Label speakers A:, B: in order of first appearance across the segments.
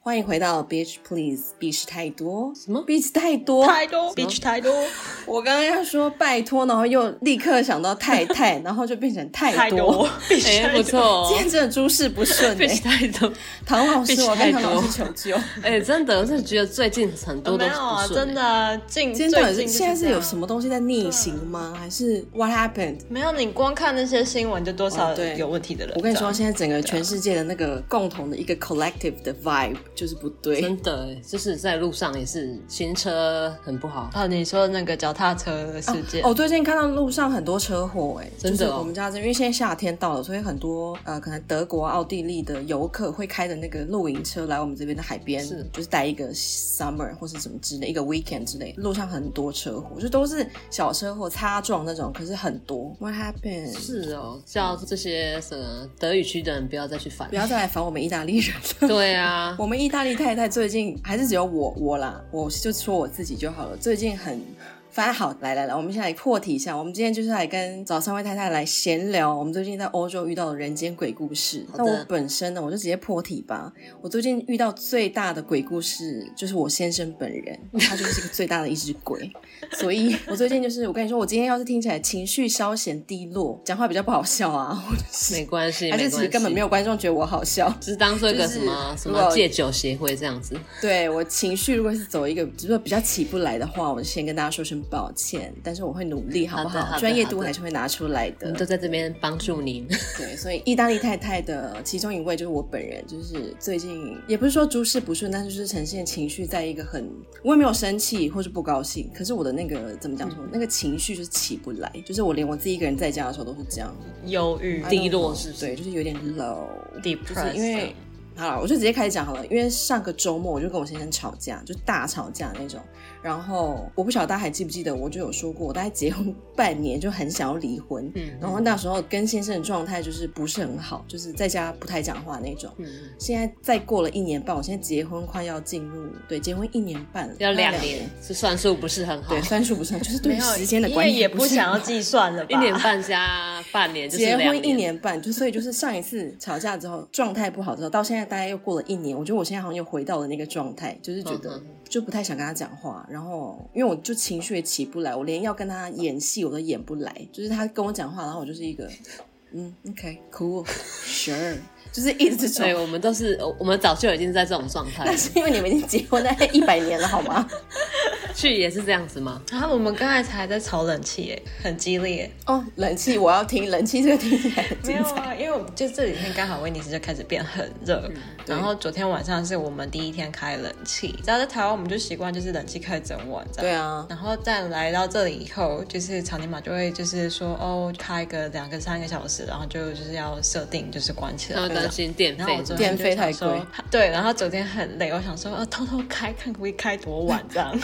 A: 欢迎回到 Bitch Please，bitch 太多
B: 什么
A: bitch 太多
B: 太多
A: 什么
B: ，bitch 太多，
A: 我刚刚要说拜托，然后又立刻想到太 太，然后就变成太 多。
B: ，bitch
C: 哎，
B: 太
C: 不
B: 多。
C: 错
B: 哦
C: 哦
A: 今， 天真的诸事不顺哎、
C: 必须太多。
A: 唐老师，
C: bitch
A: 我跟唐
C: 太多
A: 老师求救。
C: 哎，真的，我是觉得最近很多
B: 没
C: 都
B: 有啊，
C: 是不顺欸
B: 真的啊，近
A: 今天到底
B: 最近
A: 是
B: 就
A: 现在是有什
B: 么？
A: 么东西在逆行吗？
B: 啊
A: 还是 What happened？
B: 没有，你光看那些新闻就多
A: 哦
B: 少
A: 对
B: 有问题的人。
A: 我跟你
B: 这
A: 说，
B: 样
A: 现在整
B: 啊
A: 个全世界的那个共同的一个 collective 的 vibe 就是不对。
C: 真的，哎就是在路上也是行车很不好。
B: 啊，你说那个脚踏车的事件，
A: 哦，最近看到路上很多车祸，哎，
C: 真的
A: 就是
C: 哦
A: 我们家这，因为现在夏天到了，所以很多呃，可能德国、奥地利的游客会开着那个露营车来我们这边的海边，
C: 是
A: 就是待一个 summer 或是什么之类，一个 weekend 之类，路上很多车祸，就都是小车祸、擦撞那种，可是很多。What happened？
C: 是哦，叫这些什么德语区的人不要再去烦
A: 不。要再来烦我们意大利人了。
C: 对啊，
A: 我们意大利太太最近还是只有我我啦，我就说我自己就好了。最近很，反正好，来来来，我们先来破题一下。我们今天就是来跟早上位太太来闲聊，我们最近在欧洲遇到的人间鬼故事。
C: 好
A: 那
C: 的
A: 我本身呢，我就直接破题吧。我最近遇到最大的鬼故事就是我先生本人，他就是一个最大的一只鬼。 所以我最近就是，我跟你说，我今天要是听起来情绪稍显低落，讲话比较不好笑啊，或者是
C: 没关系，
A: 还
C: 没
A: 是其
C: 关
A: 实
C: 系，
A: 根本没有观众觉得我好笑。
C: 只是当做一
A: 就
C: 个
A: 是
C: 什么什
A: 如
C: 么
A: 果
C: 戒酒协会这样子。
A: 对我情绪如果是走一个就是比较起不来的话，我先跟大家说声抱歉，但是我会努力，好不
C: 好的好的
A: 专业度
C: 好的嗯
A: 还是会拿出来
C: 我
A: 的
C: 们。都在这边帮助您。
A: 对，所以意大利太太的其中一位就是我本人，就是最近也不是说诸事不顺，但是就是呈现情绪在一个很，我也没有生气或是不高兴，可是我的那个怎么讲
C: 嗯
A: 说，那个情绪就是起不来，就是我连我自己一个人在家的时候都是这样，哎
B: 忧郁、
C: 低落是不是
A: 对，就是有点 low。就是
B: ，depressed，
A: 因为好了，我就直接开始讲好了。因为上个周末我就跟我先生吵架，就大吵架那种。然后我不晓得大家还记不记得，我就有说过，我大概结婚 半年就很想要离婚。
C: 嗯
A: 然后那时候跟先生的状态就是不是很好，就是在家不太讲话那种。
C: 嗯，
A: 现在再过了一年半，我现在结婚快要进入对结婚一年半了，
C: 要
A: 快
C: 两年，，是算数不是很好
A: 对，，算数不是很，就是对
B: 哦没有
A: 时间的
B: 因
A: 观
B: 为
A: 念
B: 也不
A: 是
B: 想
A: 很
B: 要计算了吧？
C: 一年半加半年就是
A: 结
C: 两
A: 婚一年半，就所以就是上一次吵架之后状态不好之后，到现在大概又过了一年，我觉得我现在好像又回到了那个状态，就是觉
C: 嗯
A: 得
C: 嗯
A: 就不太想跟他讲话，然后因为我就情绪也起不来，我连要跟他演戏我都演不来，就是他跟我讲话，然后我就是一 个嗯，OK，cool，sure，、就是一直这
C: 对，
A: 种。
C: 我们都是，我我们早就已经在这种状态
A: 但
C: 了。
A: 是因为你们已经结婚大概一百年了，好 吗？
C: 去也是这样子吗？
B: 啊，我们刚才才在吵冷气，耶，很激烈。
A: 哦，冷气我要听，冷气这个听起来很
B: 没
A: 精
B: 有
A: 彩。
B: 啊，因为我就这几天刚好威尼斯就开始变很热，
A: 对
B: 然后昨天晚上是我们第一天开冷气，然后在台湾我们就习惯就是冷气开整晚这
A: 对
B: 样。
A: 啊，
B: 然后再来到这里以后，就是草泥马就会就是说哦，开个两个三个小时，然后就就是要设定就是关起来
C: 他。会担心电
B: 然后
C: 费
B: 我昨
C: 吗，
B: 天
A: 嗯
B: 就
A: 电费太
B: 想说
A: 贵，
B: 对，然后昨天很累，我想说，呃，偷偷开看可不可以开多晚 这样。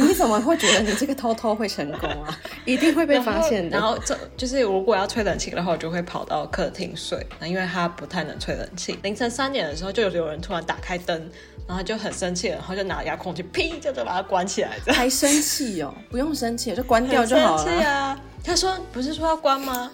A: 你怎么会觉得你这个偷偷会成功 啊？一定会被发现的。
B: 然后这就是如果要吹冷气的话，我就会跑到客厅睡，那因为他不太能吹冷气。凌晨三点的时候，就有人突然打开灯，然后就很生气了，然后就拿遥控器，砰，就就把它关起来，这样
A: 还生气哦？不用生气，就关掉
B: 很
A: 就好
B: 生气
A: 了。
B: 啊！他说不是说要关吗？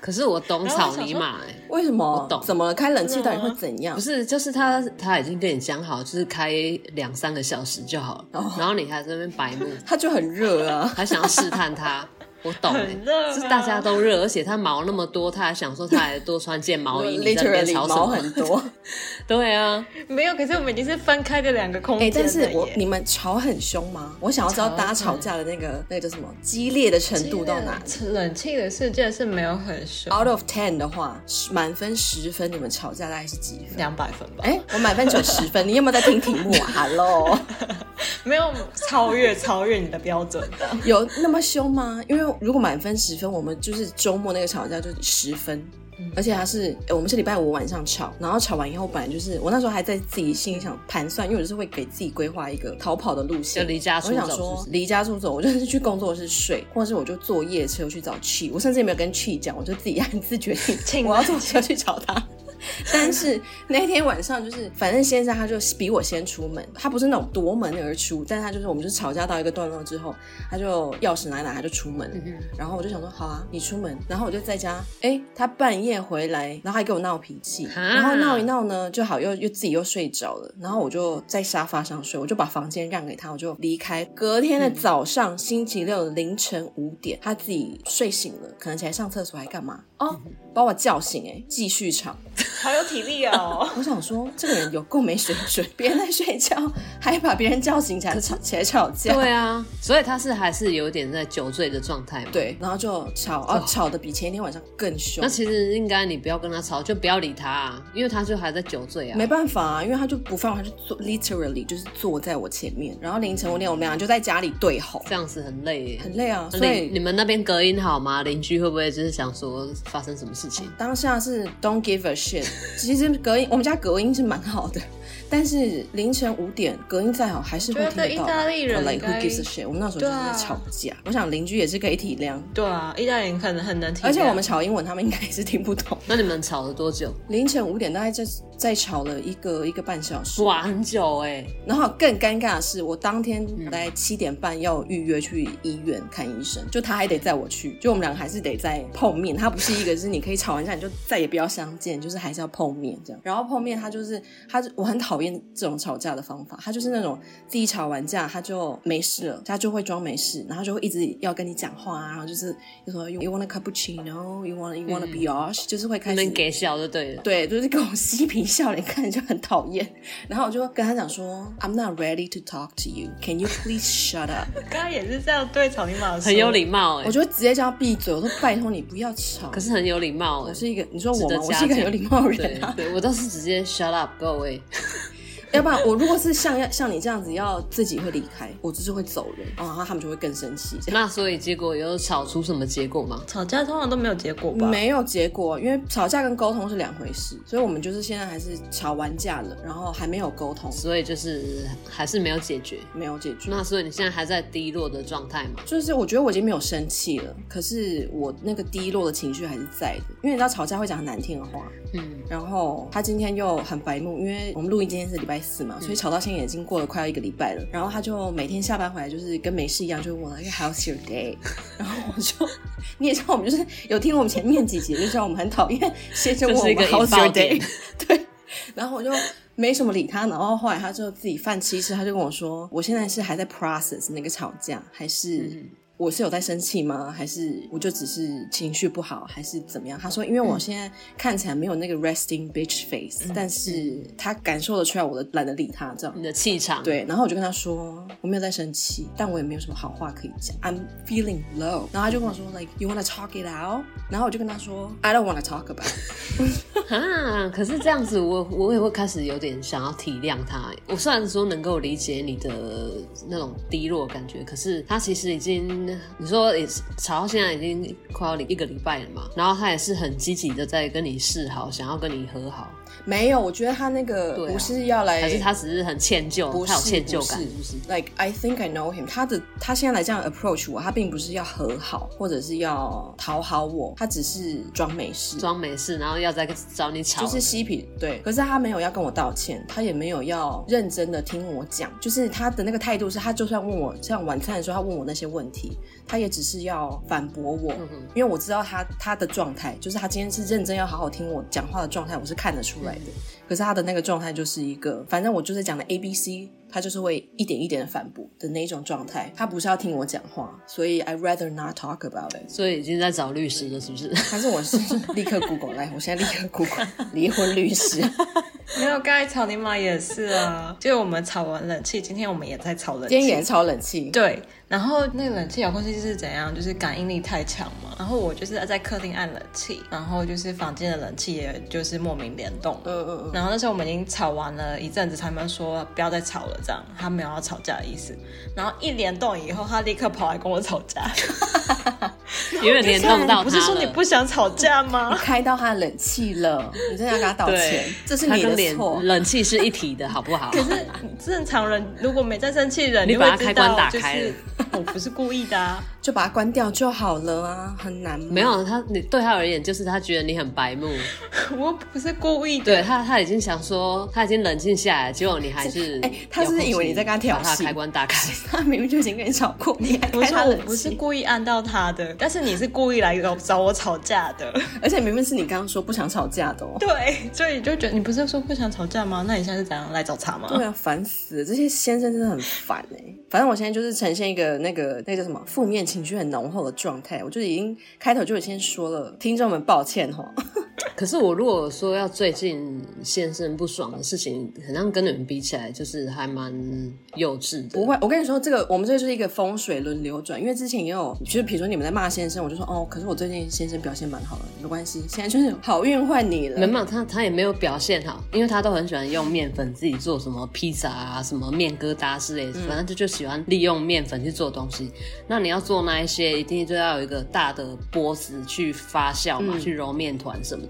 C: 可是我懂
B: 然后我
C: 草
B: 想
C: 泥
B: 说
C: 马、欸，
A: 为什么？
C: 懂啊
A: 怎么了？开冷气到底会怎样
C: 不？是，就是他他已经跟你讲好，就是开两三个小时就好了，
B: 哦
C: 然后你还在那边白目，
A: 它就很热啊。
C: 还想要试探他。我懂、欸，
B: 很热啊
C: 是大家都热，而且他毛那么多，他还想说他还多穿件毛 衣，你在那边
A: literally
C: 吵什
A: 毛
C: 么？
A: 很多，
C: 对啊，
B: 没有，可是我们已经是分开的两个空
A: 哎、
B: 间了耶、
A: 但是我你们吵很凶吗？我想要知道大家吵架的那个那个叫什么激烈的程度到哪？
B: 冷气的世界是没有很凶，
A: ？Out of ten 的话，十满分十分，你们吵架大概是几分？
B: 两百分吧？
A: 哎、我满分只有十分，你有没有在听题目啊？Hello，
B: 没有超越超越你的标准的。
A: 有那么凶吗？因为如果满分十分，我们就是周末那个吵架就十分。
C: 嗯
A: 而且他是，呃我们是礼拜五晚上吵，然后吵完以后，本来就是我那时候还在自己心里想盘算，因为我就是会给自己规划一个逃跑的路线，
C: 就离家出走
A: 我想
C: 是
A: 说
C: 不是
A: 离家出走，我就是去工作室睡，或者是我就坐夜车去找 Chi，我甚至也没有跟 Chi 讲，我就自己暗自决定，
B: 请
A: 我要坐车去找他。 但是那天晚上就是，反正先生他就比我先出门，他不是那种夺门而出，但他就是我们就吵架到一个段落之后，他就钥匙拿一拿他就出门了，然后我就想说好啊，你出门，然后我就在家，哎，他半夜回来，然后还给我闹脾气，
C: 啊
A: 然后闹一闹呢，就好又又自己又睡着了，然后我就在沙发上睡，我就把房间让给他，我就离开。隔天的早上，星期六的凌晨五点，他自己睡醒了，可能起来上厕所还干嘛？哦，把我叫醒、哎，继续吵。
B: 好有体力哦。
A: 我想说，这个人有够没水准，别人在睡觉还把别人叫醒起来吵起来吵架。
C: 对啊，所以他是还是有点在酒醉的状态嘛。。
A: 对，然后就吵，啊，吵得比前一天晚上更凶
C: 那。其实应该你不要跟他吵，就不要理他、啊，因为他就还在酒醉啊
A: 没。办法啊，因为他就不放，他就坐，literally 就是坐在我前面，然后凌晨五点我们俩就在家里对吼，
C: 这样子很累欸耶。
A: 很累啊，
C: 那
A: 所
C: 你你
A: 以
C: 们那边隔音好吗？邻居会不会就是想说发生什么事情？
A: 当下是 don't give a shit。其 实隔音，我们家隔音是蛮好的， 但是凌晨五点隔音再好还是会
B: 觉
A: 听
B: 得
A: 得到。
B: 啊意大利人
A: like
B: 应
A: who
B: 该
A: gives a shit？我们那时候就
B: 对
A: 是在
B: 啊
A: 吵架，我想邻居也是可以体谅，
B: 对啊，意大利人可能很能体谅，啊
A: 而且我们吵英文他们应该也是听不懂。
C: 那你们吵了多久？
A: 凌晨五点大概在在吵了一个一个半小时，
C: 哇，很久哎、
A: 然后更尴尬的是，我当天大概七点半要预约去医院看医生，就他还得载我去，就我们两个还是得再碰面。他不是一个，就是你可以吵完架你就再也不要相见，就是还是要碰面这样。然后碰面他就是他就，我很讨厌这种吵架的方法，他就是那种自己吵完架他就没事了，他就会装没事，然后就会一直要跟你讲话啊，然后就是就说 you want a cappuccino, you want you want a brioche，、就是会开
C: 你
A: 始
C: 们给小就对了。
A: 对，就是跟我嬉皮笑脸，看着就很讨厌。然后我就跟他讲说，I'm not ready to talk to you. Can you please shut up？
B: 刚刚也是这样对草泥马说
C: 很有，礼貌哎、
A: 我就会直接叫他闭嘴，我说拜托你不要吵。
C: 可是很有礼貌哎、
A: 我是一个，你说
C: 值
A: 我
C: 得
A: 吗？我
C: 嘉
A: 是一个很
C: 奖
A: 有礼貌的人
C: 对
A: 啊。
C: 对，我都是直接 shut up 各位。
A: 要不然我如果是像要像你这样子，要自己会离开，我就是会走人，哦然后他们就会更生气。这样
C: 那所以结果有吵出什么结果吗？
B: 吵架通常都没有结果吧？
A: 没有结果，因为吵架跟沟通是两回事，所以我们就是现在还是吵完架了，然后还没有沟通，
C: 所以就是还是没有解决。
A: 没有解决。
C: 那所以你现在还在低落的状态嘛？
A: 就是我觉得我已经没有生气了，可是我那个低落的情绪还是在的，因为你知道吵架会讲很难听的话，
C: 嗯，
A: 然后他今天又很白目，因为我们录音今天是礼拜四
C: 嗯
A: 嘛，所以吵到现在已经过了快要一个礼拜了，然后他就每天下班回来就是跟没事一样，就问我 like, How's your day，然 后我就你也知道我们就是有听我们前面几集就知道我们很讨厌先生问我
C: 这是一
A: 们
C: 个
A: How's your
C: 引爆点
A: day，对， 然后我就。没什么理他，然后后来他就自己饭吃一吃，他就跟我说：“我现在是还在 process 那个吵架，还是
C: 嗯
A: 我是有在生气吗？还是我就只是情绪不好，还是怎么样？他说，因为
C: 嗯
A: 我现在看起来没有那个 resting bitch face，、但
C: 嗯
A: 是他感受得出来，我的懒得理他这样。
C: 你的气场。，
A: 对，然后我就跟他说，我没有在生气，但我也没有什么好话可以讲。I'm feeling low，然后他就跟我说，like you wanna talk it out，然后我就跟他说，I don't wanna talk about it。
C: 啊，可是这样子我，我也会开始有点想要体谅他。我虽然说能够理解你的那种低落感觉，可是他其实已经，你说也是吵到现在已经快要一个礼拜了嘛，然后他也是很积极的在跟你示好，想要跟你和好，
A: 没有，我觉得他那个
C: 对啊
A: 不是要来，
C: 还是他只是很歉疚，
A: 哎不
C: 他有
A: 是
C: 歉
A: 不
C: 疚感，
A: 是
C: 是不是？
A: Like I think I know him，他的他现在来这样 approach 我，他并不是要和好，或者是要讨好我，他只是装没事，
C: 装没事，然后要再找你吵，
A: 就是嬉皮。对，可是他没有要跟我道歉，他也没有要认真的听我讲，就是他的那个态度是，他就算问我像晚餐的时候，他问我那些问题，他也只是要反驳我，因为我知道他他的状态，就是他今天是认真要好好听我讲话的状态，我是看得出来的。可是他的那个状态就是一个，反正我就是讲的 A B C，他就是会一点一点的反驳的那一种状态，他不是要听我讲话，所以 I rather not talk about it。
C: 所以已经在找律师了，是不是？
A: 但是我是立刻 Google 来，我现在立刻 Google 离婚律师。
B: 没有，刚才草泥马也是啊，就是我们吵完冷气，今天我们也在吵冷气，
A: 今天也超冷气，
B: 对，然后那个冷气遥控器是怎样？就是感应力太强嘛。然后我就是在客厅按冷气，然后就是房间的冷气也就是莫名联动。
A: 嗯嗯
B: 然后那时候我们已经吵完了一阵子，他们说不要再吵了，这样他没有要吵架的意思。然后一联动以后，他立刻跑来跟我吵架。
C: 有点联
A: 啊
C: 动到他了
B: 不是说你不想吵架吗
A: 嗯，？开到他的冷气了，你真的要给他道歉
C: 对，
A: 这是
C: 他
A: 你
C: 跟
A: 的
C: 脸
A: 错。
C: 冷气是一体的，好不好？
B: 可是正常人如果没在生气，人
C: 你
B: 就
C: 把它
B: 会知
C: 开关
B: 道
C: 打
B: 就是哦
C: 开了
B: 我我不是故意的啊。
A: 就把它关掉就好了啊，很难吗
C: 没有他，你对他而言就是他觉得你很 白目，
B: 我不是故意的。啊
C: 对他他已经想说他已经冷静下来，结果你还是
A: 哎他是不是以为你在跟他挑
C: 把他
A: 衅
C: 的开关打开，
A: 他明明就已经跟你吵过，你还
B: 我
A: 开
B: 说
A: 他
B: 我
A: 冷
B: 不是
A: 气，
B: 故意按到他的，但是你是故意来找找我吵架 的。
A: 而且明明是你刚刚说不想吵架的哦。
B: 对，所以你就觉得你不是说不想吵架吗？那你现在是怎样来找茬吗？
A: 对啊，烦死了！这些先生真的很烦哎、反正我现在就是呈现一个那个那个叫什么负面情绪很浓厚的状态，我就已经开头就已经说了，听众们抱歉哦哈。
C: 可是我如果说要最近先生不爽的事情，好像跟你们比起来，就是还蛮幼稚的。
A: 不会，我跟你说，这个我们这个就是一个风水轮流转，因为之前也有，就是比如说你们在骂先生，我就说哦，可是我最近先生表现蛮好的，没关系，现在就是好运换你
C: 没
A: 了。
C: 有，他他也没有表现好，因为他都很喜欢用面粉自己做什么披萨啊、什么面疙瘩之类
A: 嗯
C: 的，反正就就喜欢利用面粉去做东西。那你要做那一些，一定就要有一个大的钵子去发酵
A: 嗯
C: 嘛，去揉面团什么的。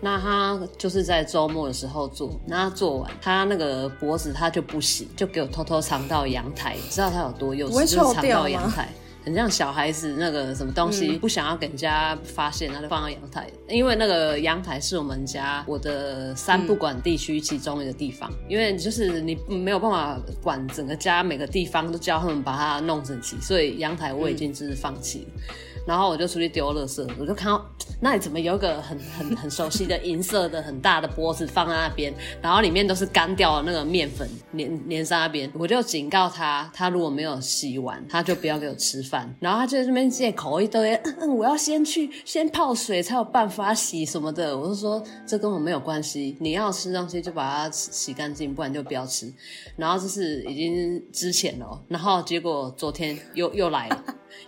C: 那他就是在周末的时候做，那他做完，他那个脖子他就不行，就给我偷偷藏到阳台，你知道他有多幼
A: 不会
C: 稚，就是
A: 臭
C: 藏
A: 掉
C: 到阳
A: 吗
C: 台。很像小孩子那个什么东西，不想要给人家发现，他就放到阳台。因为那个阳台是我们家我的三不管地区其中一个地方，因为就是你没有办法管整个家每个地方都叫他们把它弄整齐，所以阳台我已经就是放弃了。然后我就出去丢垃圾，我就看到那里怎么有一个很很很熟悉的银色的很大的钵子放在那边，然后里面都是干掉的那个面粉粘粘在那边，我就警告他，他如果没有洗完，他就不要给我吃饭。然后他就在那边借口一堆，嗯嗯，我要先去先泡水才有办法洗什么的。我就说这跟我没有关系，你要吃东西就把它洗洗干净，不然就不要吃。然后这是已经之前了哦，然后结果昨天又又来 了。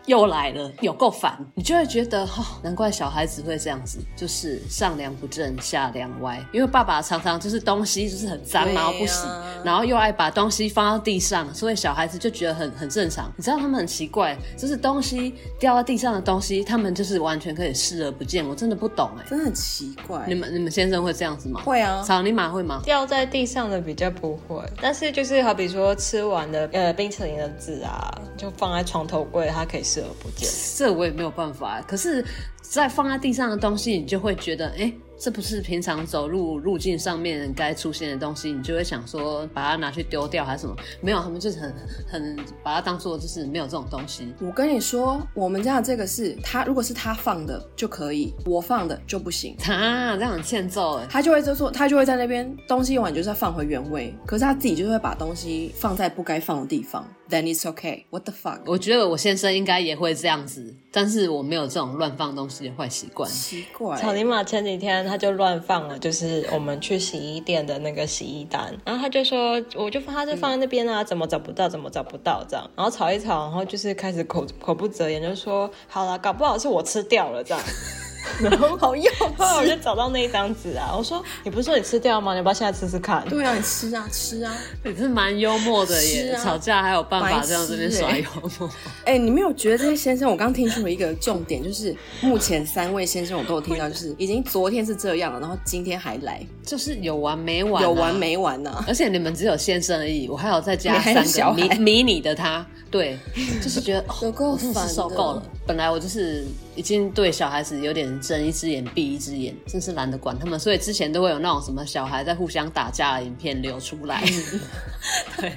C: 又来了，有够烦，你就会觉得哦，难怪小孩子会这样子，就是上梁不正下梁歪。因为爸爸常常就是东西就是很脏，
A: 对呀
C: 然后不洗，然后又爱把东西放到地上，所以小孩子就觉得很很正常。你知道他们很奇怪，就是东西掉到地上的东西，他们就是完全可以视而不见。我真的不懂哎、
A: 真的很奇怪
C: 你，们你们先生会这样子吗？
A: 会啊
C: 草泥马会吗？
B: 掉在地上的比较不会，但是就是好比说吃完的呃冰淇淋的纸啊，就放在床头柜，它可以视而不见。
C: 这我也没有办法。可是，在放在地上的东西，你就会觉得，哎，这不是平常走路路径上面该出现的东西，你就会想说把它拿去丢掉还是什么？没有，他们就是很很把它当做就是没有这种东西。
A: 我跟你说，我们家的这个是他，如果是他放的就可以，我放的就不行。
C: 啊，这样很欠揍哎！
A: 他就会就说，他就会在那边东西用完就是要放回原位，可是他自己就会把东西放在不该放的地方。Then it's okay. What the fuck？
C: 我觉得我先生应该也会这样子，但是我没有这种乱放东西的坏习惯。
A: 奇怪，
B: 草泥马前几天他就乱放了，就是我们去洗衣店的那个洗衣单，然后他就说，我就放，他就放在那边啊，怎么找不到，怎么找不到这样，然后吵一吵，然后就是开始口口不择言，就说好了，搞不好是我吃掉了这样。然后
A: 好幼
B: 后来我
A: 稚。
B: 就找到那一张纸啊，我说你不是说你吃掉吗？你要不要现在吃吃看？
A: 对啊，你吃啊吃啊！
C: 你是蛮幽默的耶，
A: 是啊
C: 吵架还有办法
A: 白痴
C: 这样这边耍
A: 欸
C: 幽默。
A: 哎、你没有觉得这些先生？我刚听出了一个重点，就是目前三位先生我都有听到，就是已经昨天是这样了，然后今天还来，
C: 就是有完没完、啊，
A: 有完没完呢、
C: 而且你们只有先生而已，我还有再加
A: 你还有
C: 三个
A: 小
C: 迷
A: 孩
C: 迷你的他，对，就是觉得哦，
A: 有够
C: 我真的
A: 烦
C: 是
A: 的
C: 受够了。本来我就是已经对小孩子有点睁一只眼闭一只眼，真是懒得管他们，所以之前都会有那种什么小孩在互相打架的影片流出来， 对。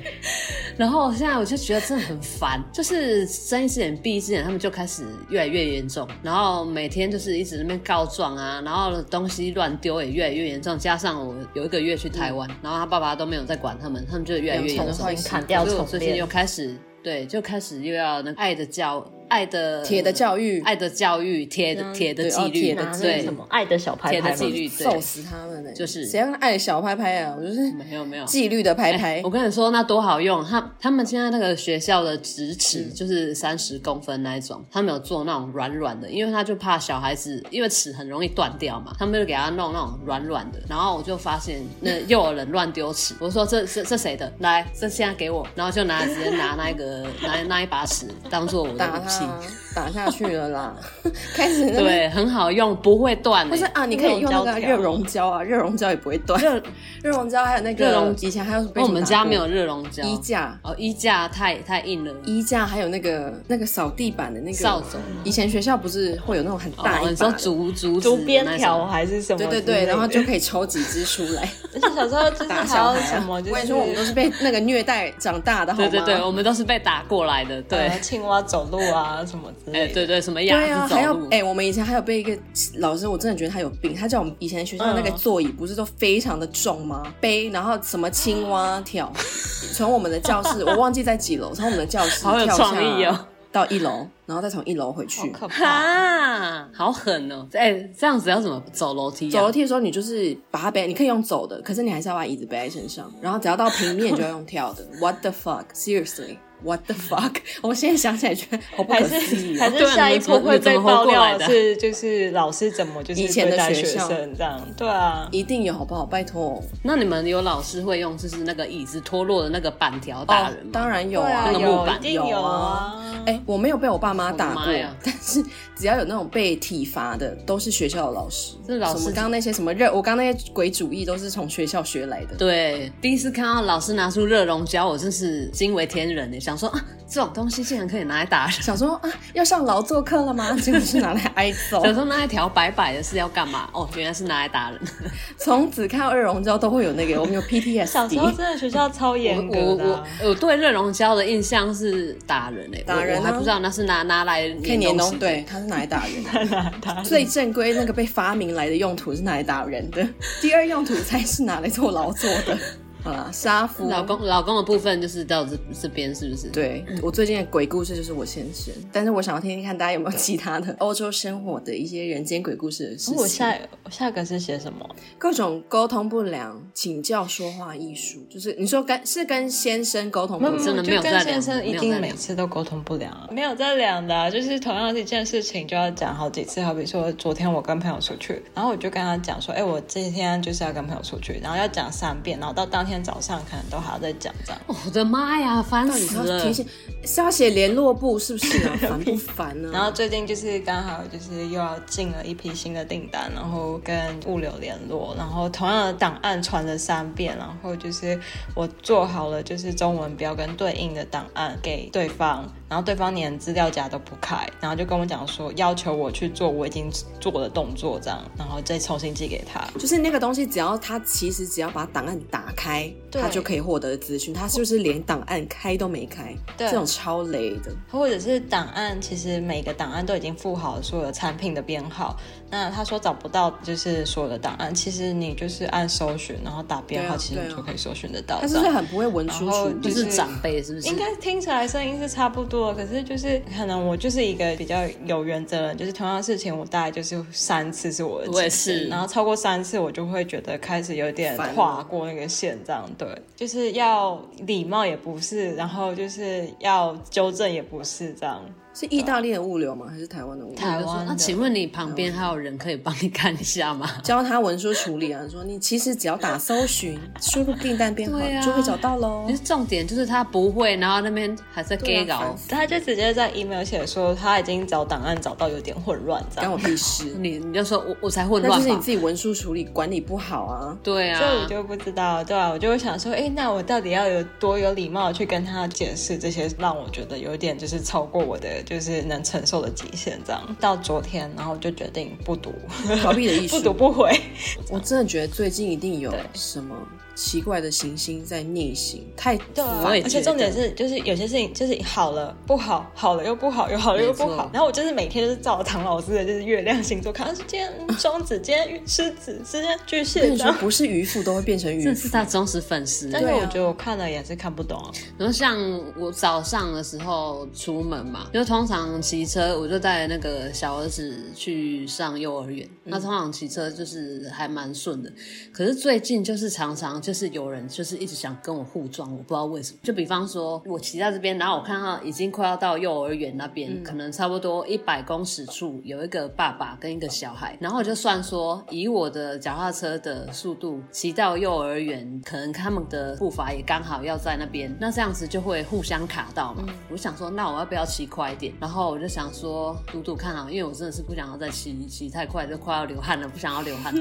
C: 然后现在我就觉得真的很烦，就是睁一只眼闭一只眼，他们就开始越来越严重，然后每天就是一直在那边告状啊，然后东西乱丢也越来越严重。加上我有一个月去台湾，然后他爸爸都没有在管他们，他们就越来越严
A: 养成
C: 重
A: 坏。习
B: 砍掉
C: 所以我
B: 重
C: 最近又
B: 练。
C: 开始对，就开始又要那个爱的教爱的
A: 铁的教育，
C: 爱的教育，铁的铁的
A: 对
C: 纪
A: 哦
C: 律，
A: 铁
B: 拿
A: 的
B: 那
A: 纪
B: 个
C: 对
B: 什么爱的小拍
C: 铁的
B: 拍吗
C: 纪？律，对
A: 揍，死他们呢、
C: 就是
A: 谁让爱小拍拍啊？我就是
C: 没有没有。
A: 纪律的拍拍
C: 哎我，跟你说，那多好用！他他们现在那个学校的直尺就是三十公分那一种，他们有做那种软软的，因为他就怕小孩子，因为尺很容易断掉嘛，他们就给他弄那种软软的。然后我就发现那又有人乱丢尺，我说这这这谁的？来，这现在给我，然后就拿直接拿那个拿那一把尺当做我
A: 打
C: 的
A: 他起打下去了啦， 开始那边。
C: 对，很好用，不会断、欸。
A: 不是啊，你可以用那个热熔胶啊，热熔胶也不会断。热热熔胶还有那个，
C: 热熔
A: 以前还有被
C: 因为我们家没有热熔胶，
A: 衣架，
C: 哦，衣架太太硬了，
A: 衣架还有那个那个扫地板的那个
C: 扫帚。
A: 以前学校不是会有那种很大
C: 哦，
A: 一
C: 你
A: 把
C: 说
A: 的，
C: 竹竹
B: 竹
C: 子
B: 边
C: 那种
B: 条还是什么之
A: 对
B: 类
A: 对
B: 的？
A: 对，然后 就可以抽几只出 来
B: 而且小时候就是
A: 打
B: 还
A: 小
B: 要
A: 孩
B: 什
A: 啊。
B: 么，
A: 我
B: 就
A: 跟你说，我们都是被那个虐待长大的，好
C: 对
A: 吗？
C: 对对，我们都是被打过来的，对，
B: 呃青蛙走路啊什么之
C: 哎、
B: 类的。
C: 对对，什么
A: 对
C: 鸭
A: 啊，
C: 子
A: 还
C: 走
A: 有
C: 路，
A: 哎、我们以前还有被一个老师，我真的觉得他有病。他叫我们以前学校那个
B: 嗯
A: 座椅不是都非常的重
C: 嗯
A: 吗？背，然后什么青蛙跳，从我们的教室，我忘记在几楼，从我们的教室
C: 好有
A: 跳下
C: 创意哦
A: 到一楼，然后再从一楼回去。
B: 好可怕！
C: 哈，好狠哦！哎、这样子要怎么走楼梯、啊？
A: 走楼梯的时候，你就是把它背，你可以用走的，可是你还是要把椅子背在身上。然后只要到平面，你就要用跳的。What the fuck? Seriously? What the fuck? 我现在想起来觉得好不
B: 还
A: 可思议哦、
B: 是还是
C: 啊
B: 下一步会被爆料的是就是老师怎么就是
A: 以前的
B: 对待
A: 学
B: 学
A: 校
B: 生这样？对啊，
A: 一定有好不好？拜托，
C: 那你们有老师会用就是那个椅子脱落的那个板条打人
A: 哦
C: 吗？
A: 当然有
B: 对
A: 啊，
B: 啊，
C: 那个木
B: 有
C: 板
B: 一定有啊。
A: 哎、我没有被我爸妈打
C: 我
A: 过
C: 的妈呀，
A: 但是只要有那种被体罚的，都是学校的老师。
C: 这老师
A: 什么刚刚那些什么热，我刚刚那些鬼主意都是从学校学来的。
C: 对，第一次看到老师拿出热熔胶，我真是惊为天人呢。想说啊，这种东西竟然可以拿来打人，
A: 想说啊，要上劳作课了吗？结果是拿来挨 揍。
C: 想说那一条白白的是要干嘛？哦，原来是拿来打人。
A: 从此看到二熔胶都会有那个，我们有
B: 小时候
A: PTSD。
B: 真的学校超 严
C: 我
B: 格
C: 我
B: 的啊
C: 我，我对热熔胶的印象是打人诶，
A: 打人啊
C: 我我还不知道那是拿拿来
A: 可以
C: 粘
A: 年
C: 东西
A: 冬，。对，他是拿来打人 的，最正规那个被发明来的用途是拿来打人 的，第二用途才是拿来做劳作的。 好啦，杀夫
C: 老公老公的部分就是到这这边是不是？
A: 对
B: 嗯
A: 我最近的鬼故事就是我先生，但是我想要听听看大家有没有其他的欧洲生活的一些人间鬼故事的事
B: 哦我
A: 情。
B: 下我下个是写什么？
A: 各种沟通不良，请教说话艺术，就是你说跟是跟先生沟通不
B: 没有
A: 良，
C: 嗯真的
B: 就
C: 没有在
B: 跟
C: 量
B: 先生
C: 没
B: 一
C: 有在
B: 定
C: 量
B: 每次都沟通不良、啊，没有在量的啊、就是同样的一件事情就要讲好几次。好比说，昨天我跟朋友出去，然后我就跟他讲说，哎、我今天就是要跟朋友出去，然后要讲三遍，然后到当天早上可能都还要再讲这样。
C: 哦我的妈呀，烦
A: 到底是
C: 死
A: 要
C: 了
A: 提！醒是要写联络簿是不是 啊？烦不烦呢、
B: 然后最近就是刚好就是又要进了一批新的订单，然后跟物流联络，然后同样的档案传了三遍，然后就是我做好了就是中文标跟对应的档案给对方，然后对方连资料夹都不开，然后就跟我讲说要求我去做我已经做的动作这样，然后再重新寄给他。
A: 就是那个东西，只要他其实只要把档案打开，
B: 对
A: 他就可以获得资讯。他是不是连档案开都没开？
B: 对
A: 这种超雷的。
B: 或者是档案，其实每个档案都已经附好所有的产品的编号。那他说找不到，就是所有的档案，其实你就是按搜寻，然后打编
A: 对
B: 号，
A: 啊
B: 其实
A: 对
B: 你
A: 啊
B: 就可以搜寻得到
A: 他
B: 这
A: 是不是
B: 样。
A: 很不会文书
B: 然
A: 处
B: 后
A: 理？
C: 就
B: 就是
C: 是长辈是不是？
B: 应该听起来声音是差不多，可是就是可能我就是一个比较有原则的人，就是同样的事情我大概就是三次是我的极限，
C: 我也是
B: 然后超过三次我就会觉得开始有点
A: 烦了
B: 跨过那个线，这样对，就是要礼貌也不是，然后就是要纠正也不是这样。
A: 是意大利的物流吗？还是台湾的物流？
B: 台
C: 我就说
B: 湾
C: 那
B: 的
C: 请问你旁边还有人可以帮你看一下吗？
A: 教他文书处理啊，说你其实只要打搜寻，输入订单 编号、
C: 对啊
A: 就会找到喽
C: 其。实重点就是他不会，然后那边还在 gay
A: 对啊
C: 搞！
A: 烦死，
B: 他就直接在 email 写说他已经找档案找到有点混乱这
A: 干
B: 样，
A: 我屁事
C: 你你就说我我才混
A: 那
C: 乱
A: 就是你
C: 吧
A: 自？己文书处理管理不好啊。
C: 对
B: 所以我
C: 啊，
B: 就不知道，对啊，我就会想说，哎、那我到底要有多有礼貌地去跟他解释这些，让我觉得有点就是超过我的就是能承受的极限这样。到昨天，然后我就决定不读，
A: 逃避的艺术
B: 不读不回。
A: 我真的觉得最近一定有
B: 对
A: 什么奇怪的行星在逆行，太
B: 对
A: 烦
B: 啊，
C: 我也
B: 而
C: 觉
B: 且
C: 得
B: 重点是，就是有些事情就是好了不好，好了又不好，又好了又不
C: 没
B: 好
C: 错。
B: 然后我就是每天就是照唐老师的就是月亮星座看，啊，是今天嗯双子，今天狮子，今天巨
A: 我跟
B: 蟹
A: 你
B: 这
A: 说，
B: 样。
A: 不是渔夫都会变成渔
C: 这
A: 夫。
C: 是他忠实粉丝。欸
B: 但是
A: 对啊
B: 我觉得我看了也是看不懂啊。
C: 然后像我早上的时候出门嘛，就通常骑车，我就带那个小儿子去上幼儿园。那通常骑车就是还蛮顺的，可是最近就是常常就是有人就是一直想跟我互撞，我不知道为什么。就比方说，我骑到这边，然后我看到已经快要到幼儿园那边，可能差不多一百公尺处有一个爸爸跟一个小孩，然后我就算说，以我的脚踏车的速度骑到幼儿园，可能他们的步伐也刚好要在那边，那这样子就会互相卡到嘛。我就想说，那我要不要骑快一点？然后我就想说，赌赌看啊，因为我真的是不想要再骑骑太快，就快要流汗了，不想要流汗。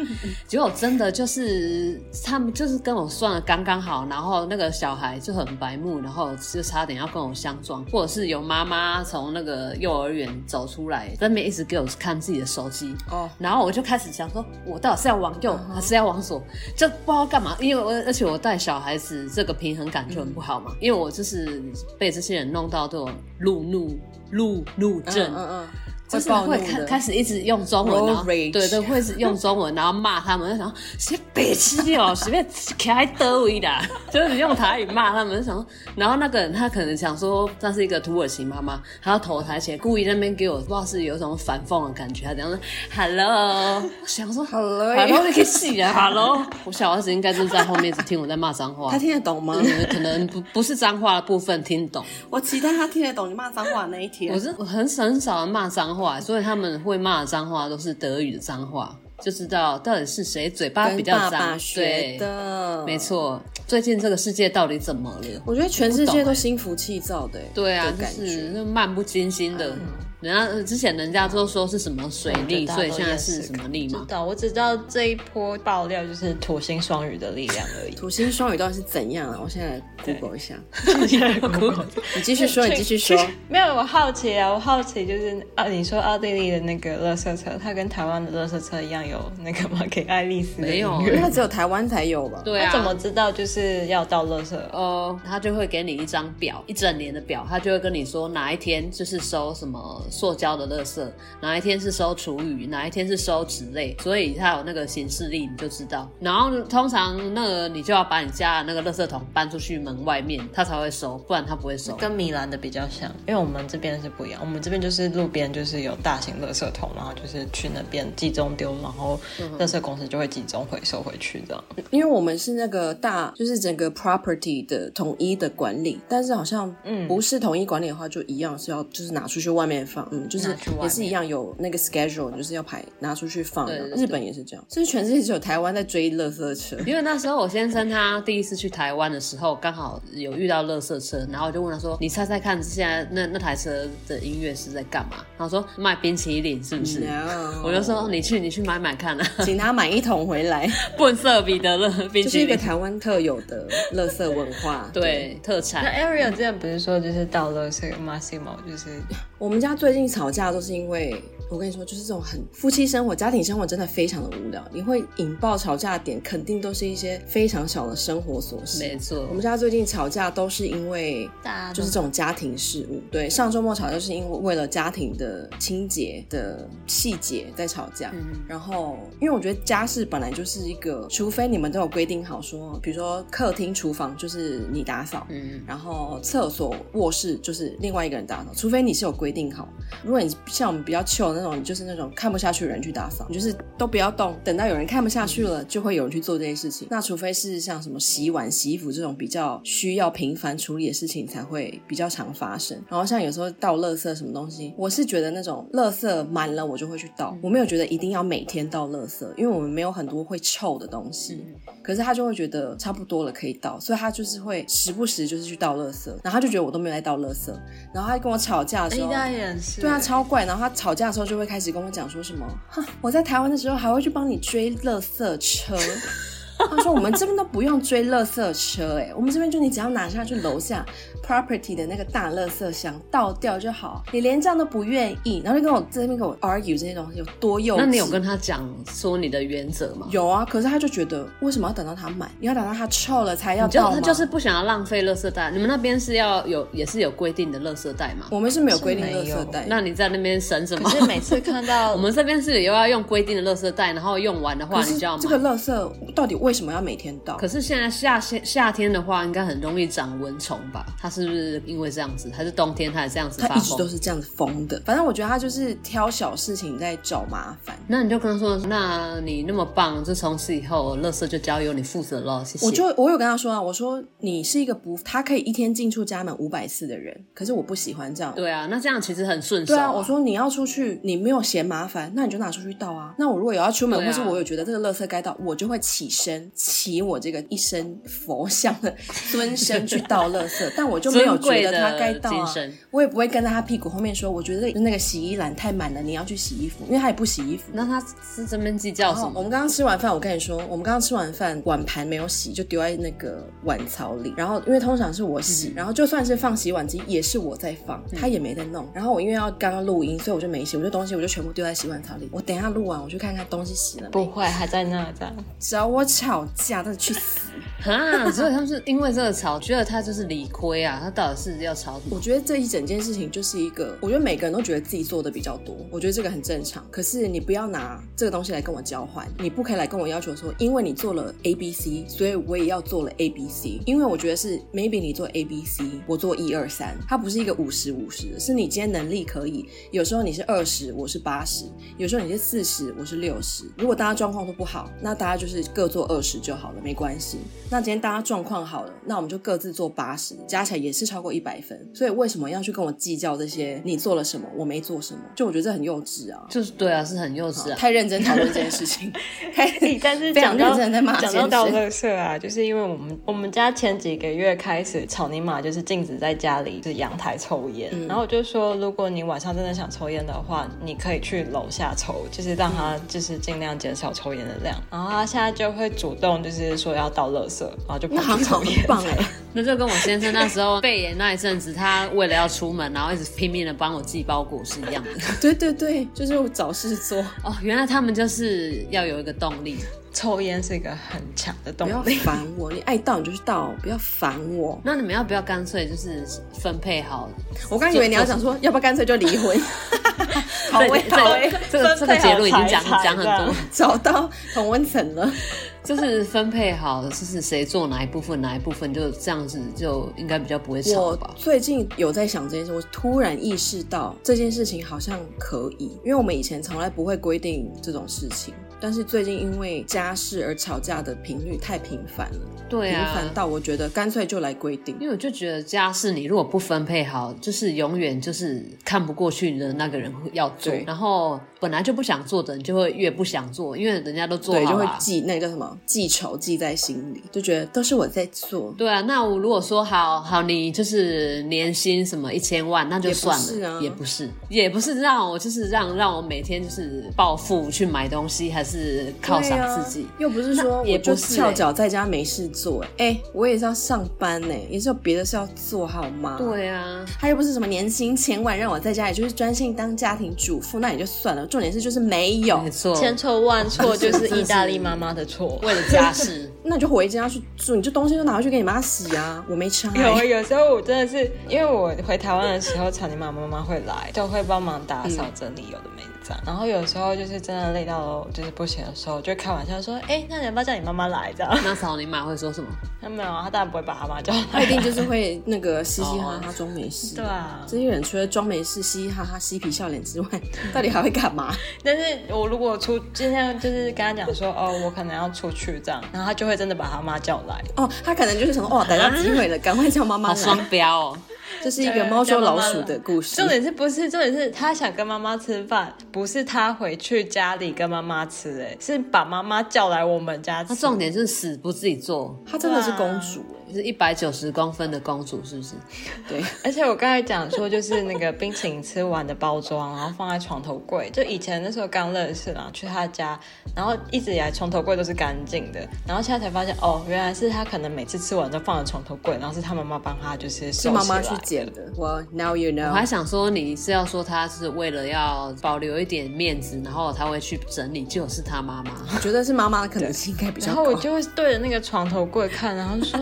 C: 结果真的就是他们就是跟我算的刚刚好，然后那个小孩就很白目，然后就差点要跟我相撞，或者是有妈妈从那个幼儿园走出来，在那边一直给我看自己的手机，
A: 哦，
C: 然后我就开始想说，我到底是要往右
A: 嗯
C: 还是要往左，就不知道干嘛。因为我而且我带小孩子，这个平衡感就很不
A: 嗯
C: 好嘛，因为我就是被这些人弄到这种路怒路怒症。
A: 嗯嗯嗯，
C: 就
A: 会
C: 是
A: 暴
C: 会
A: 怒
C: 开
A: 的，
C: 开始一直用中文，
A: Road
C: 然后
A: rage
C: 对对，会是用中文，然后骂他们，就想说谁北七 哦，随便开德维啦， 就是用台语骂他们，就想说，然后那个人他可能想说那是一个土耳其妈妈，她要头抬起来，故意那边给我不知道是有一种反讽的感觉，她怎样说 hello，我想说
A: Hello
C: hello 那个戏啊 hello，我小儿子应该就是在后面一直听我在骂脏话
A: 他，听得懂吗？
C: 嗯可能不不是脏话的部分听懂。
A: 我期待他听得懂你骂脏话那一天
C: 我。是我很少很少人骂脏话，所以他们会骂的脏话都是德语的脏话，就知道到底是谁嘴巴比
A: 跟
C: 较
A: 爸
C: 脏。
A: 爸学
C: 对，
A: 的，
C: 没。错。最近这个世界到底怎么了？
A: 我觉得全世界
C: 我不懂
A: 都
C: 欸
A: 心浮气躁的欸，
C: 对啊，
A: 的
C: 就
A: 感
C: 是
A: 觉。嗯
C: 那漫不经心的。人家呃之前人家都说是什么水
B: 我
C: 力，
B: 觉得
C: 所以现在
B: 大家都
C: 是
B: 也是
C: 什么力
B: 知
C: 嘛？
B: 道，我只知道这一波爆料就是土星双鱼的力量而 已。
A: 土星双鱼到底是怎样啊？我现在 Google 一下。 你继
B: 继
A: 续说， 你继续说。
B: 没有，我好奇啊，我好奇就是啊，你说奥地利的那个垃圾车，它跟台湾的垃圾车一样有那个 吗？给爱丽丝的
C: 没有
B: 音乐
A: 因为它哦只有台湾才有吧？
C: 对
B: 他
C: 啊，
B: 怎么知道就是要到垃圾？
C: 哦，他就会给你一张表，一整年的表，他就会跟你说哪一天就是收什么塑胶的垃圾，哪一天是收厨余，哪一天是收纸类，所以他有那个行事历，你就知道。然后通常那个你就要把你家的那个垃圾桶搬出去门外面，他才会收，不然他不会收。
B: 跟米兰的比较像，因为我们这边是不一样，我们这边就是路边就是有大型垃圾桶，然后就是去那边集中丢，然后
A: 嗯
B: 垃圾公司就会集中回收回去这样。
A: 因为我们是那个大，就是整个 property 的统一的管理，但是好像不是统一管理的话，就一样是要就是拿出去外面放，嗯，就是
B: 拿去外面
A: 也是一样有那个 schedule，就是要排拿出去放。
C: 对对对
A: 日本也是这样，就是全世界只有台湾在追垃圾车。
C: 因为那时候我先生他第一次去台湾的时候，刚好有遇到垃圾车，然后我就问他说：“你猜猜看，现在那那台车的音乐是在干嘛？”然后说卖冰淇淋是不是？
A: No
C: 我就说你去，你去买买看啊，
A: 请他买一桶回来，
C: 笨色彼得乐冰
A: 就是
C: 淇
A: 一个
C: 淋，
A: 台湾特有的垃圾文化。
C: 对，特
B: 那
C: 产。
B: Ariel 之前不是说就是到垃圾 Massimo 就是
A: 我们家最近吵架都是因为，我跟你说，就是这种很夫妻生活、家庭生活真的非常的无聊。你会引爆吵架的点，肯定都是一些非常小的生活琐事。
C: 没错
A: 我们家最近吵架都是因为
B: 大家
A: 就是这种家庭事务。对，上周末吵架是因为为了家庭的清洁的细节在吵架。
C: 嗯
A: 然后，因为我觉得家事本来就是一个，除非你们都有规定好说，比如说客厅、厨房就是你打扫，
C: 嗯，
A: 然后厕所、卧室就是另外一个人打扫，除非你是有规定好。如果你像我们比较 chill 的那种，你就是那种看不下去的人去打扫，你就是都不要动，等到有人看不下去了，就会有人去做这件事情。那除非是像什么洗碗、洗衣服这种比较需要频繁处理的事情，才会比较常发生。然后像有时候倒垃圾什么东西，我是觉得那种垃圾满了我就会去倒，我没有觉得一定要每天倒垃圾，因为我们没有很多会臭的东
C: 嗯
A: 西。可是他就会觉得差不多了可以倒，所以他就是会时不时就是去倒垃圾，然后他就觉得我都没有在倒垃圾，然后他跟我吵架的
C: 哎
A: 时候。
B: 哎也是
A: 对啊， 超怪。然后他吵架的时候就会开始跟我讲说什么，哼，我在台湾的时候还会去帮你追垃圾 车。他说我们这边都不用追垃圾车、欸，哎，我们这边就你只要拿下去楼下 property 的那个大垃圾箱倒掉就好，你连这样都不愿意，然后就跟我在那边跟我 argue 这些东西有多幼稚。
C: 那你有跟他讲说你的原则吗？
A: 有啊，可是他就觉得为什么要等到他满？你要等到他臭了才要
C: 你就
A: 倒吗
C: 他就是不想要浪费垃圾袋。你们那边是要有也是有规定的垃圾袋吗？
A: 我们是没有规定
B: 是没
A: 垃圾
B: 有
A: 袋，
C: 那你在那边省什么
B: 可？是每次看到嗯
C: 我们这边是有要用规定的垃圾袋，然后用完的话
A: 可是
C: 你就要买。
A: 这个垃圾到底为为什么要每天倒？
C: 可是现在夏夏夏天的话，应该很容易长蚊虫吧？它是不是因为这样子，还是冬天它也这样子
A: 他
C: 发
A: 一直
C: 疯
A: 都？是这样子疯的，反正我觉得他就是挑小事情在找麻烦。
C: 那你就跟他说，那你那么棒，就从此以后，垃圾就交由你负责了，谢谢。
A: 我就我有跟他说啊，我说你是一个不，他可以一天进出家门五百次的人，可是我不喜欢这样。
C: 对啊，那这样其实很顺手、
A: 对啊，我说你要出去，你没有嫌麻烦，那你就拿出去倒啊。那我如果有要出门，
C: 对啊
A: 或是我有觉得这个垃圾该倒，我就会起身，起我这个一身佛像的尊身去倒垃 圾，但我就没有
C: 尊
A: 觉
C: 贵
A: 得
C: 的
A: 他该倒
C: 精
A: 啊。
C: 神，
A: 我也不会跟在他屁股后面说，我觉得那个洗衣篮太满了，你要去洗衣服，因为他也不洗衣服。
C: 那他是这边计较
A: 然
C: 哦什
A: 后我
C: 么？
A: 们刚刚吃完饭，我跟你说，我们刚刚吃完饭，碗盘没有洗，就丢在那个碗槽里。然后因为通常是我
C: 嗯
A: 洗，然后就算是放洗碗机，也是我在放，他也没在弄。然后我因为要刚刚录音，所以我就没洗，我就东西我就全部丢在洗碗槽里。我等一下录完，我去看看东西洗了
B: 不
A: 没。
B: 会，还在那这样。
A: 找我吵架，真的去死！
C: 哈，所以他们是因为这个吵，觉得他就是理亏啊，他到底是要吵什么？
A: 我觉得这一整件事情就是一个，我觉得每个人都觉得自己做的比较多，我觉得这个很正常。可是你不要拿这个东西来跟我交换，你不可以来跟我要求说，因为你做了 A B C，所以我也要做了 A B C。因为我觉得是 maybe 你做 A B C，我做一二三，它不是一个五十五十，是你今天能力可以，有时候你是二十，我是八十，有时候你是四十，我是六十。如果大家状况都不好，那大家就是各做二十就好了，没关系。那今天大家状况好了，那我们就各自做八十，加起来也是超过一百分。所以为什么要去跟我计较这些？你做了什么，我没做什么？就我觉得这很幼稚啊，
C: 就是对啊，是很幼稚啊。
A: 哦太认真讨论这件事情，太
B: 欸但 是
A: 非
B: 讲
A: 常认
B: 到
A: 真地在骂
B: 讲
A: 先
B: 到
A: 生
B: 倒垃圾啊，就是因为我们我们家前几个月开始，草泥马就是禁止在家里就是阳台抽烟，
A: 嗯
B: 然后我就说，如果你晚上真的想抽烟的话，你可以去楼下抽，就是让他就是尽量减少抽烟的量。然后他现在就会主动就是说要倒垃圾，然后就不
A: 那
B: 去
A: 行
B: 抽
A: 长
B: 烟。
A: 很棒哎、
C: 那就跟我先生那时候肺炎那一阵子，他为了要出门，然后一直拼命的帮我寄包裹是 一样的。
A: 对对对，就是找事做，
C: 哦，原来他们就是要有一个动力。
B: 抽烟是一个很强的动
A: 不要
B: 力。
A: 烦我，你爱到你就去到，不要烦 我。
C: 那你们要不要干脆就是分配好？
A: 我刚以为你要讲说，要不要干脆就离婚， 好
C: 对
A: 威
C: 对
A: 好威，
C: 这个这个结论已经讲
B: 分配好财产
C: 讲很
B: 这
C: 多
B: 样，
A: 找到同温层了。
C: 就是分配好，就是谁做哪一部分，哪一部分就这样子，就应该比较不会吵
A: 我
C: 吧。
A: 最近有在想这件事，我突然意识到这件事情好像可以，因为我们以前从来不会规定这种事情，但是最近因为家事而吵架的频率太频繁了，
C: 对
A: 频
C: 啊
A: 繁，到我觉得干脆就来规定。
C: 因为我就觉得家事你如果不分配好，就是永远就是看不过去的那个人会要做
A: 对，
C: 然后本来就不想做的人就会越不想做，因为人家都做
A: 对，
C: 好
A: 就
C: 了
A: 会
C: 啊。
A: 记那个叫什么记仇记在心里，就觉得都是我在做，
C: 对啊，那我如果说好好，你就是年薪什么一千万，那就算
A: 也不是啊
C: 了，也不是，也不是让我就是让让我每天就是暴富去买东西，还是犒
A: 对啊
C: 赏自己。
A: 又不是说
C: 那也
A: 我就
C: 不是
A: 翘
C: 欸
A: 脚在家没事做、欸，哎、我也是要上班呢、也是有别的事要做好吗？。
C: 对啊，
A: 他又不是什么年薪千万，让我在家里就是专心当家庭主妇，那也就算了。重点是就是没有
C: 没，错，
B: 千错万错就是意大利妈妈的错。
C: 为了家事。
A: 那你就回家去住，你就东西就拿回去给你妈洗啊，我没差、
B: 有有时候我真的是，因为我回台湾的时候，草泥马妈妈会来，就会帮忙打扫整理有的没的这样。然后有时候就是真的累到就是不行的时候，就开玩笑说：“哎、那你要不要叫你妈妈来？”这样。
C: 那草泥马会说什么？
B: 他没有啊，他当然不会把他妈叫
A: 他一
B: 来。
A: 定就是会那个嘻嘻哈哈装没事。
B: 哦 对啊，
A: 这些人除了装没事、嘻嘻哈哈、嬉皮笑脸之外，到底还会干嘛？
B: 但是我如果出今天就是跟他讲说，哦，我可能要出去这样，然后他就会真的把他妈叫来。
A: 哦，他可能就是想说，哇，逮到机会了，赶快叫妈妈
C: 好
A: 来。
C: 双标哦！
A: 这是一个猫捉老鼠的故事。
B: 重点是不是重点是他想跟妈妈吃饭，不是他回去家里跟妈妈吃、哎，是把妈妈叫来我们家吃。
C: 那重点就是死不自己做，
A: 她真的是公主
C: 是一百九十公分的公主，是不是？
A: 哎、对，
B: 而且我刚才讲说，就是那个冰淇淋吃完的包装，然后放在床头柜。就以前那时候刚认识嘛，去他家，然后一直以来床头柜都是干净的，然后现在才发现，哦，原来是他可能每次吃完都放在床头柜，然后是他妈妈帮他就是
A: 是
B: 收
A: 妈
B: 起
A: 妈
B: 来
A: 去捡的。我 now you
C: 我
A: know
C: 还。想说，你是要说她是为了要保留一点面子，然后她会去整理，就是她妈妈。
A: 我觉得是妈妈的可能性应该比较
B: 然
A: 高
B: 后。我就会对着那个床头柜看，然后就说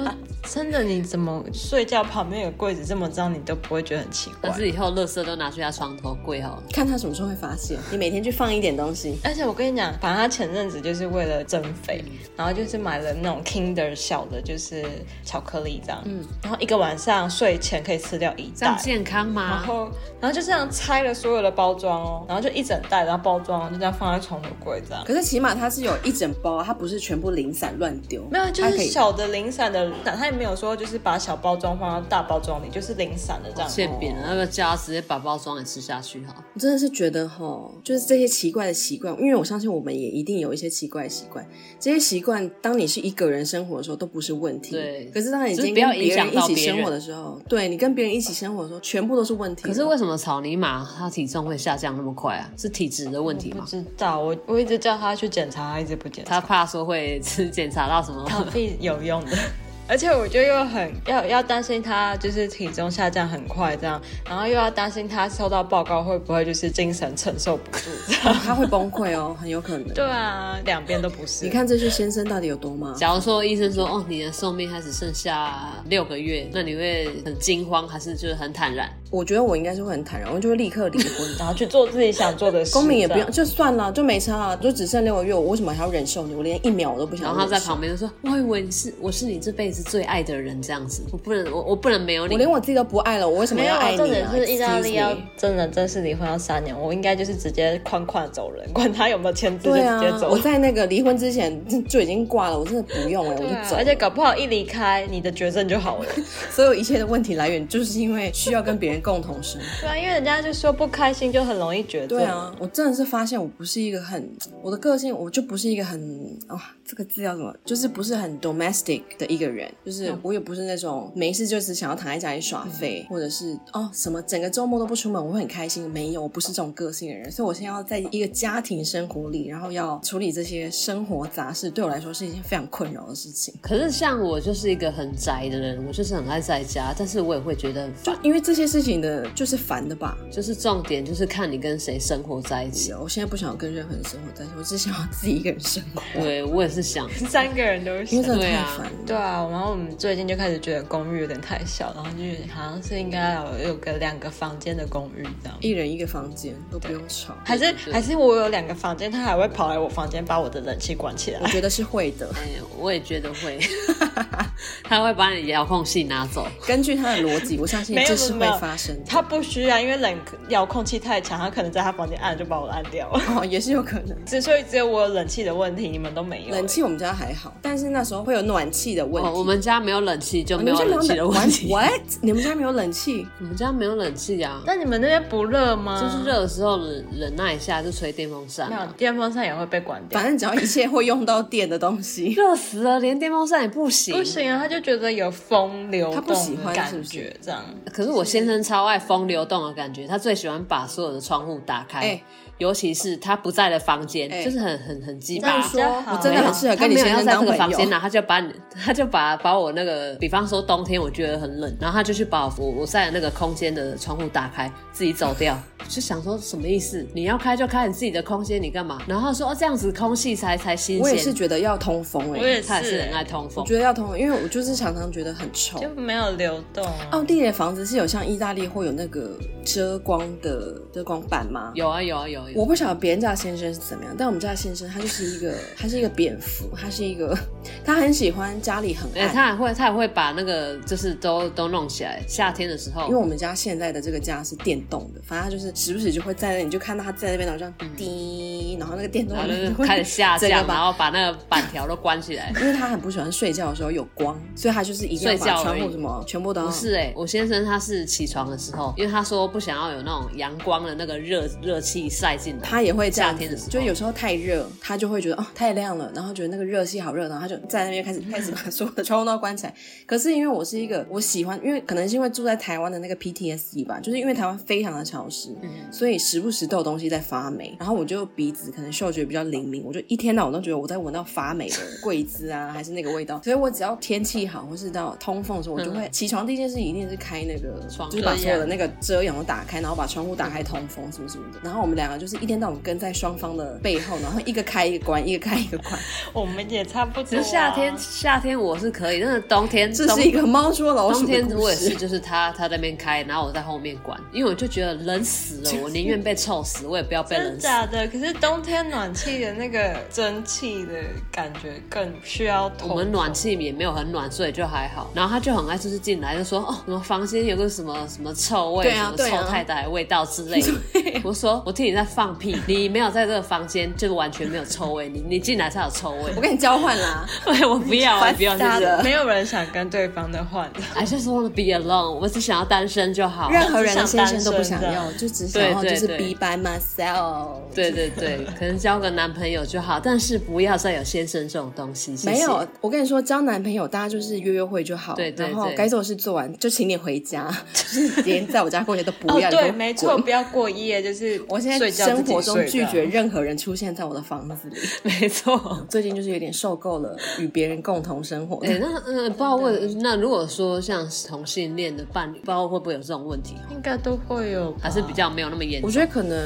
B: 真的，你怎么睡觉旁边有柜子这么脏，你都不会觉得很奇 怪
C: 但？是以后垃圾都拿去他床头柜好了。
A: 看他什么时候会发现。你每天去放一点东西，
B: 而且我跟你讲，反正他前阵子就是为了增肥，然后就是买了那种 Kinder 小的，就是巧克力这样，嗯，然后一个晚上睡前可以吃掉一
C: 这样
B: 袋，
C: 健康
B: 然
C: 吗？
B: 后然后就这样拆了所有的包装哦，然后就一整袋，然后包装就这样放在床头柜这样。
A: 可是起码它是有一整包啊，它不是全部零散乱丢。
B: 没有，就
A: 它
B: 是
A: 可以
B: 小的零散的，但他也没有说就是把小包装放到大包装里，就是零散的这样。
C: 欠
A: 啊
C: 扁啊了，那个叫他直接把包装给吃下去好了。
A: 我真的是觉得哈，就是这些奇怪的习惯，因为我相信我们也一定有一些奇怪的习惯。这些习惯，当你是一个人生活的时候都不是问题，
C: 对
A: 可是当你今天
C: 就是不要
A: 跟别
C: 影响
A: 人一
C: 到
A: 起
C: 别人
A: 生活的时候，对你跟别人一起生活的时候，全部都是问题。
C: 可是为什么草泥马它体重会下降那么快啊？是体质的问题
B: 不
C: 吗？
B: 知道，我我一直叫他去检查，他一直不检查
C: 他。怕说会检查到什么？
B: 逃避有用 的。而且我就又很要要担心他就是体重下降很快这样，然后又要担心他收到报告会不会就是精神承受不住这样。
A: 他会崩溃哦，很有可 能。
B: 对啊，两边都不是。
A: 你，看这些先生到底有多忙？
C: 假如说医生说哦，你的寿命还只剩下六个月，那你会很惊慌，还是就是很坦然？
A: 我觉得我应该是会很坦然，我就会立刻离婚。
B: 然后去做自己想做的事。
A: 公民也不
B: 这
A: 用，
B: 样
A: 就算了，就没差了，就只剩六个月，我为什么还要忍受你？我连一秒我都不想
C: 然
A: 忍受。
C: 后他在旁边就说：“我以为你是我是你这辈子最爱的人，这样子，我不能我我不能没有你。
A: 我连我自己都不爱了，我为什么
B: 没有
A: 要爱
B: 啊，
A: 你、啊？
B: 重点是意大利
A: Excuse
B: 要
A: me
B: 真的正式离婚要三年，我应该就是直接宽宽走人，管他有没有签字就
A: 对
B: 直
A: 啊
B: 接，走
A: 我。在那个离婚之前就就已经挂了，我真的不用了，我
B: 对啊
A: 就走。
B: 而且搞不好一离开，你的绝症就好了。
A: 所有一切的问题来源就是因为需要跟别人共同生活。
B: 对啊，因为人家就说不开心就很容易绝症。
A: 对啊，我真的是发现我不是一个很我的个性，我就不是一个很哇、这个字要怎么，就是不是很 domestic 的一个人，就是我也不是那种没事就只想要躺在家里耍废，或者是哦什么整个周末都不出门，我会很开心。没有，我不是这种个性的人，所以我现在要在一个家庭生活里，然后要处理这些生活杂事，对我来说是一件非常困扰的事情。
C: 可是像我就是一个很宅的人，我就是很爱在家，但是我也会觉得很
A: 就
C: 烦。
A: 因为这些事情的，就是烦的吧。
C: 就是重点就是看你跟谁生活在一起。啊
A: 我现在不想要跟任何人生活在一起，我只想要自己一个人生活，
C: 对我也是想，
B: 三个人都
A: 因
B: 是
A: 为。真的
C: 对
A: 太
C: 啊
A: 烦了。
B: 对啊，然后我们最近就开始觉得公寓有点太小，然后就好像是应该有有个两个房间的公寓这样。
A: 一人一个房间都不用吵，
B: 还是
C: 对
B: 还是我有两个房间，他还会跑来我房间把我的冷气关起来
A: 我。觉得是会的。
C: 哎、我也觉得会，他会把你遥控器拿走。
A: 根据他的逻辑，我相信
B: 没有
A: 这是会
B: 没有
A: 发生的。
B: 他不需要，因为冷遥控器太强，他可能在他房间按就把我按掉 了。
A: 哦，也是有可能。
B: 之所以只有我有冷气的问题，你们都没有、
A: 冷气我们家还好，但是那时候会有暖气的问题。
C: 哦，我们家没有冷气就
A: 哦
C: 没有冷气的问题。
A: What？你 们家没有冷 气？
C: 我们家没有冷气啊，
B: 那你们那边不热吗？
C: 就是。热的时候忍忍耐一下就吹电风扇
B: 啊没有
C: 啊。，
B: 电风扇也会被关掉
A: 反。正只要一切会用到电的东 西，
C: 热死了，连电风扇也不行。
B: 不行啊，他就觉得有风流
A: 他不喜
B: 动的
A: 欢
B: 感
A: 是不是
B: 觉，这样。
C: 可是我先生超爱风流动的感觉，他最喜欢把所有的窗户打开，
A: 哎
C: 尤其是他不在的房间，
A: 哎
C: 就是很很很鸡
A: 这样
C: 巴。
A: 说，
B: 大家好
A: 我真的很适合跟你
C: 没有
A: 先
C: 要
A: 生
C: 在
A: 当
C: 这个
A: 朋
C: 房间啊
A: 友。
C: 拿，他就把你， 他就把把我那个，比方说冬天我觉得很冷，然后他就去把我我在那个空间的窗户打开，自己走掉，就想说什么意思？你要开就开你自己的空间，你干嘛？然后他说哦这样子空气才才新
A: 我也是
C: 鲜，
A: 觉得要通风哎、
B: 我也
C: 他也是
B: 欸
C: 很爱通风
A: 我。觉得要通风，因为我就是常常觉得很臭。
B: 就没有流动啊。
A: 奥地利的房子是有像意大利会有那个遮光的遮光板吗？
C: 有啊有啊有啊有
A: 我
C: 啊，
A: 不晓得别人家的先生是怎么样，但我们家的先生他就是一个，他是一个蝙蝠，他是一个，他很喜欢家里很
C: 哎、
A: 暗。
C: 他也会他也会把那个就是都都弄起来，夏天的时候
A: 因为。我们家现在的这个家是电动的，反正他就是时不时就会在那里，你就看到他在那边，然后这样滴，然后那个电动
C: 嗯然后
A: 门
C: 就
A: 会
C: 开始下
A: 整个
C: 降，
A: 把
C: 然后把那个板条都关起来。
A: 因为他很不喜欢睡觉的时候有光，所以他就是一定要
C: 睡觉
A: 把窗
C: 而
A: 户
C: 已
A: 什么全部都要
C: 不是哎、我先生他是起床的时候，因为他说不想要有那种阳光的那个热热气晒进来，
A: 他也会这样
C: 夏天的时
A: 子，
C: 候
A: 就有时候太热，他就会觉得哦太亮了，然后觉得那个热气好热，然后他就在那边 开始开始把所有的窗户都关起来。可是因为我是一个我喜欢，因为可能是因为住在台湾的那个 PTSD E 吧，就是因为台湾非常的潮湿，所以时不时都有东西在发霉，然后我就鼻子可能嗅觉比较灵敏，我就一天到晚都觉得我在闻到发霉的桂枝啊， 还是那个味道。所以我只要天气好或是到通风的时候，我就会起床第一件事一定是开那个
C: 窗
A: 就是把
C: 嗯遮
A: 所有的
C: 阳
A: 那个遮阳都打开，然后把窗户打开通风什么什么的。然后我们两个就就是一天到晚跟在双方的背后，然后一个开一个关，一个开一 个关，
B: 我们也差不多、啊
C: 只是夏天，夏天我是可以，但是冬天
A: 这
C: 冬
A: 是一个猫捉老鼠
C: 冬
A: 的
C: 天
A: 故
C: 我也是，
A: 事。
C: 就是他他在那边开，然后我在后面管，因为我就觉得冷死了，我宁愿被臭死，我也不要被
B: 真的啊
C: 冷死。
B: 假的？可是冬天暖气的那个蒸汽的感觉更需要通
C: 我们暖气也没有很暖，所以就还好。然后他就很爱就是进来就说哦，什么房间有个什么什么臭味，
A: 对啊
C: 什
A: 对
C: 么
A: 啊
C: 臭太太的味道之类的。我说我听你在放屁，你没有在这个房间，就完全没有臭味，你你进来才有臭味
A: 我。跟你交换啦，
C: 我我不要，我
A: 烦
C: 不要
A: 死
C: 就是
A: 了
B: 没有人想跟对方的 换。
C: I just want to be alone，我只想要单身就好。
A: 任何人的
B: 只想
A: 先
B: 单
A: 生都不想
B: 身这
A: 要，
B: 样
A: 就只想要
C: 对
A: 就
C: 对
A: 是
C: 对
A: be by myself。
C: 对对对，可能交个男朋友就好，但是不要再有先生这种东西。谢谢
A: 没有，我跟你说，交男朋友大家就是约约会就好，
C: 对对
A: 然后
C: 对
A: 该做的事做完就请你回家， 就是连在我家过夜都不
B: 哦
A: 要。，
B: 对，
A: 你给我
B: 没错，
A: 滚
B: 不要过夜，就是
A: 我现在
B: 睡觉自
A: 生
B: 己
A: 活中
B: 睡
A: 拒
B: 的
A: 绝任何人出现在我的房子里。
C: 没错。
A: 最近就是有点受够了与别人共同生活
C: 哎、 那嗯、呃，不知道问，那如果说像同性恋的伴侣，不知道会不会有这种问题，
B: 应该都会有吧，
C: 还是比较没有那么严
A: 我觉
C: 重，
A: 得可能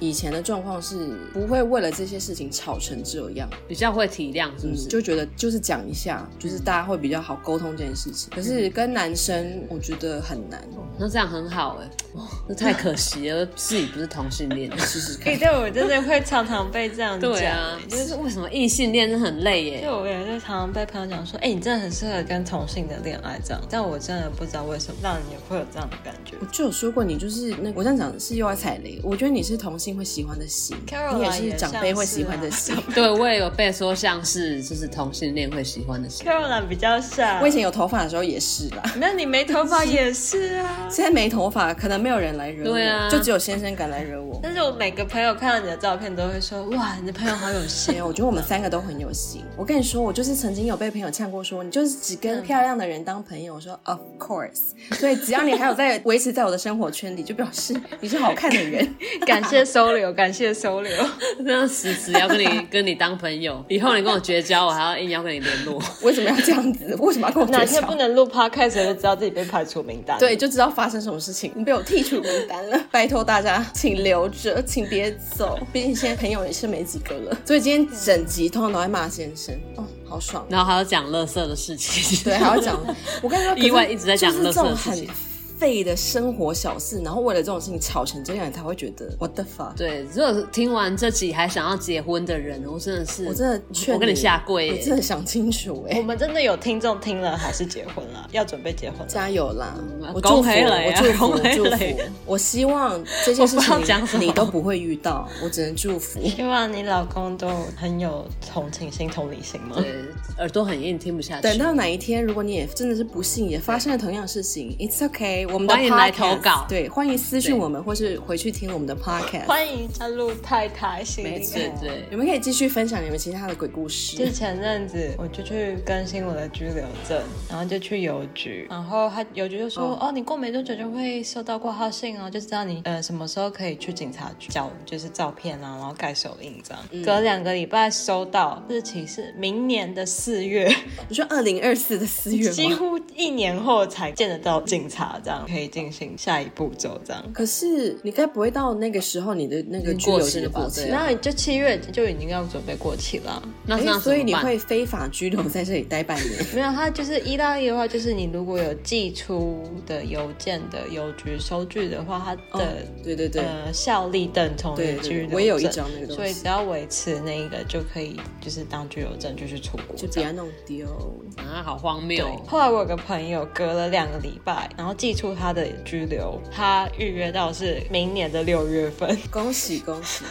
A: 以前的状况是不会为了这些事情吵成这样，
C: 比较会体谅，是不是？
A: 就觉得就是讲一下，就是大家会比较好沟通这件事情。可
B: 嗯
A: 是跟男生，我觉得很难。
C: 那这样很好哎、哇那太可惜了， 自己不是同性恋。
A: 试试看
B: 哎、对我真的会常常被这样 讲、
C: 对啊，
B: 就
C: 就是是为什么异性恋真的很累耶、
B: 就我也是常常被朋友讲说，哎、你真的很适合跟同性的恋爱这样，但我真的不知道为什么让人也会有这样的感觉。
A: 我就有说过，你就是那我这样讲是又要踩雷。我觉得你是同性会喜欢的型
B: Caroline
A: 你也是长辈会喜欢的型。
C: 对，我也有被说像是就是同性恋会喜欢的 事。
B: Caroline 比较像，
A: 我以前有头发的时候也是啦，
B: 那你没头发也是啊。
A: 现在没头发，可能没有人来惹我，
C: 对啊
A: 就只有先生敢来惹我。
B: 但是我每个朋友看到你的照片都会说，哇，你的朋友好有
A: 没
B: 型。
A: 有，我觉得我们三个都很有型。我跟你说，我就是曾经有被朋友呛过说，你就是只跟漂亮的人当朋友。我说 Of course，所以只要你还有在维持在我的生活圈里，就表示你是好看的人。
B: 感谢收留，感谢收 留。
C: 那死死要跟你跟你当朋友，以后你跟我绝交，我还要硬要跟你联络。
A: 为什么要这样子？为什么要跟我
B: 哪
A: 绝
B: 天不
A: 交？
B: 能录 podcast 就知道自己被排除名单。
A: 对，，就知道发生什么事情，你被我剔除名单 了。拜托大家，请留着，请别走，毕竟现在朋友也是没几个了。所以今天整集通常都在骂先生，哦，好爽。
C: 然后还要讲垃圾的事情，
A: 对，还要 讲。我跟你说，可是
C: 意外一直在讲
A: 就是这
C: 垃圾
A: 种
C: 的事情
A: 很废的生活小事，然后为了这种事情吵成这样，你才会觉得 what the fuck。
C: 对，如果听完这集还想要结婚的人，我真的是，
A: 我真的劝
C: 我跟你下跪欸
A: 你真的想清楚哎、
B: 我们真的有听众听了还是结婚了，要准备结婚了。
A: 加油啦！嗯我祝
C: 恭
A: 福，
C: 喜你啊
A: 我祝福，
C: 恭
A: 我
C: 喜你
A: 祝福。我希望这件事
C: 我不知道讲什
A: 情
C: 么
A: 你都不会遇到，我只能祝 福。
B: 希望你老公都很有同情心、同理心吗？
C: 对耳朵很硬，听不下去。
A: 等到哪一天，如果你也真的是不幸也发生了同样的事情，It's okay。我们的
C: 欢迎来
A: podcast-
C: 投稿
A: 对，欢迎私讯
C: 对
A: 我们，或是回去听我们的 podcast。
B: 欢迎加入太太心理
A: 没
B: 学
A: 错
C: 对对
A: 你们可以继续分享你们其他的鬼故事。
B: 就前阵子我就去更新我的居留证，然后就去邮局，然后他邮局就说，哦，你过没多久就会收到挂号信哦，就知道你呃什么时候可以去警察局交就是照片啊，然后盖手印这样。隔两个礼拜收到，日期是明年的四月，
A: 你说二零二四的四月
B: 几
A: 吗？
B: 乎一年后才见得到警察，这样可以进行下一步骤这样。
A: 可是你该不会到那个时候你的那个居留证就过
C: 过期
A: 期
C: 了吧啊
A: 了？
B: 然后你就七月就已经要准备过期了。啊
C: 那这
A: 诶
C: 样
A: 哎所以
C: 怎么
A: 你
C: 办
A: 会非法居留在这里待半 年？
B: 没有，它就是意大利的话，就是你如果有寄出的邮件的邮局收据的话，它
A: 哦
B: 的、
A: 对对对，
C: 嗯
B: 呃效力等同
A: 对
B: 于
A: 对
B: 居留证。
A: 我也有一张那个东西
B: 所以只要维持那一个就可以，就是当居留证就去出国
A: 就不
B: 这样。
A: 要弄丢。
C: 啊，好荒谬
B: 对
C: 哦。，
B: 后来我有个朋友隔了两个礼拜，然后寄出他的居留，他预约到是明年的六月份，
A: 恭喜恭喜！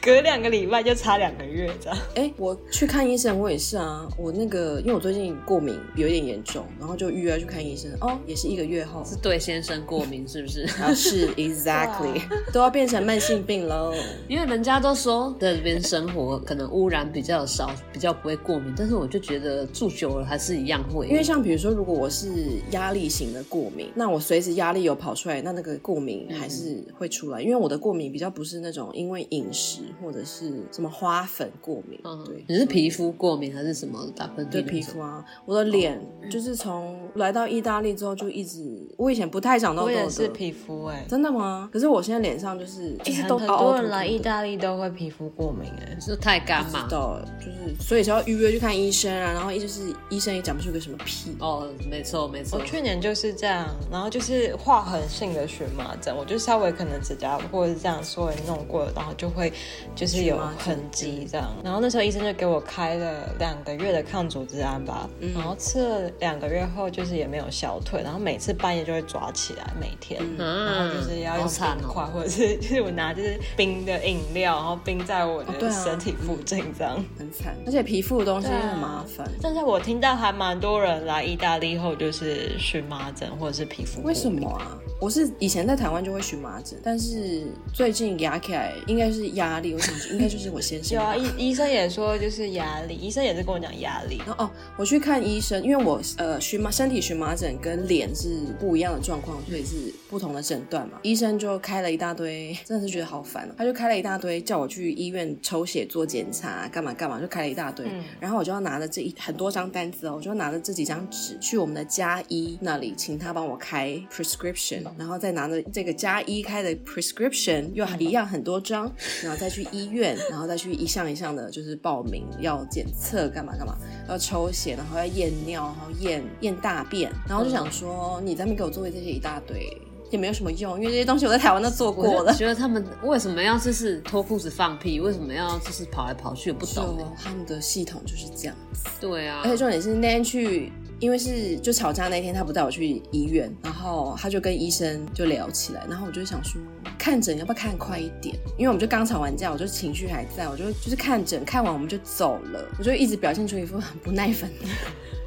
B: 隔两个礼拜就差两个月这样。
A: 哎、我去看医生，我也是啊。我那个，因为我最近过敏有点严重，然后就预约去看医生。哦，也是一个月后。
C: 是对先生过敏是不是？
A: 啊，是 exactly，都 要变成慢性病喽。
C: 因为人家都说在这边生活可能污染比较少，比较不会过敏，但是我就觉得住久了还是一样会。
A: 因为像比如说，如果我是压力型的过敏，那我随时压力有跑出来，那那个过敏还是会出来。因为我的过敏比较不是那种因为饮食或者是什么花粉过敏，
C: 嗯
A: 对，
C: 你是皮肤过敏还是什么打喷嚏？
A: 对皮肤。啊，我的脸就是从来到意大利之后就一直，我以前不太长痘
B: 我
A: 痘
B: 也
A: 的，
B: 是皮肤哎、
A: 真的吗？可是我现在脸上就是就是都
B: 很
A: 凹凹
B: 多人
A: 凸
B: 来
A: 凸
B: 意
A: 的
B: 大利都会皮肤过敏哎、
C: 是太干嘛
A: 知？道，就是所以才要预约去看医生啊，然后就是医生也讲不出个什么屁。
C: 哦，没错没错
B: 我，去年就是这样，然后就是划痕性的荨麻疹，我就稍微可能指甲或者是这样稍微弄过，然后就会就是有痕迹这样。然后那时候医生就给我开了两个月的抗组织胺吧，
A: 嗯
B: 然后吃了两个月后就是也没有消退，然后每次半夜就会抓起来，每天。然
C: 嗯，
B: 后就是要用
C: 好惨
B: 冰块，
C: 哦。
B: 或者是 就是我拿就是冰的饮料，然后冰在我
A: 哦对
B: 的
A: 啊
B: 身体附近这样。
A: 很惨，而且皮肤的东西
B: 对啊
A: 很麻烦。
B: 但是我听到还蛮多人来意大利后就是荨麻疹或者是皮肤过敏
A: 为什？么啊？我是以前在台湾就会荨麻疹，但是最近压起来应该是压力，我想应该就是我先生
B: 有
A: 吧。
B: 啊，医医生也说就是压力，医生也是跟我讲压力。
A: 然后哦，我去看医生，因为我呃荨麻身体荨麻疹跟脸是不一样的状况，所以是不同的诊断嘛。医生就开了一大堆，真的是觉得好烦哦。他就开了一大堆，叫我去医院抽血做检查，干嘛干嘛，就开了一大堆。然后我就要拿着这一很多张单子哦，我就要拿着这几张纸去我们的加医那里，请他帮我开 prescription，然后再拿着这个加医开的 prescription 又一样很多张，然后再去医院，然后再去一项一项的，就是报名要检测干嘛干嘛。要抽血，然后要验尿，然后验验大便，然后就想说，你在那边给我做这些一大堆，也没有什么用，因为这些东西我在台湾都做过
C: 我
A: 了
C: 就。觉得他们为什么要就是脱裤子放屁？为什么要就是跑来跑去？我不
A: 就
C: 懂欸。
A: 他们的系统就是这样，
C: 对啊，
A: 而且重点是那天去，因为是就吵架那天，他不带我去医院，然后他就跟医生就聊起来，然后我就想说，看诊要不要看快一点？因为我们就刚吵完架，我就情绪还在，我就就是看诊看完我们就走了，我就一直表现出一副很不耐烦的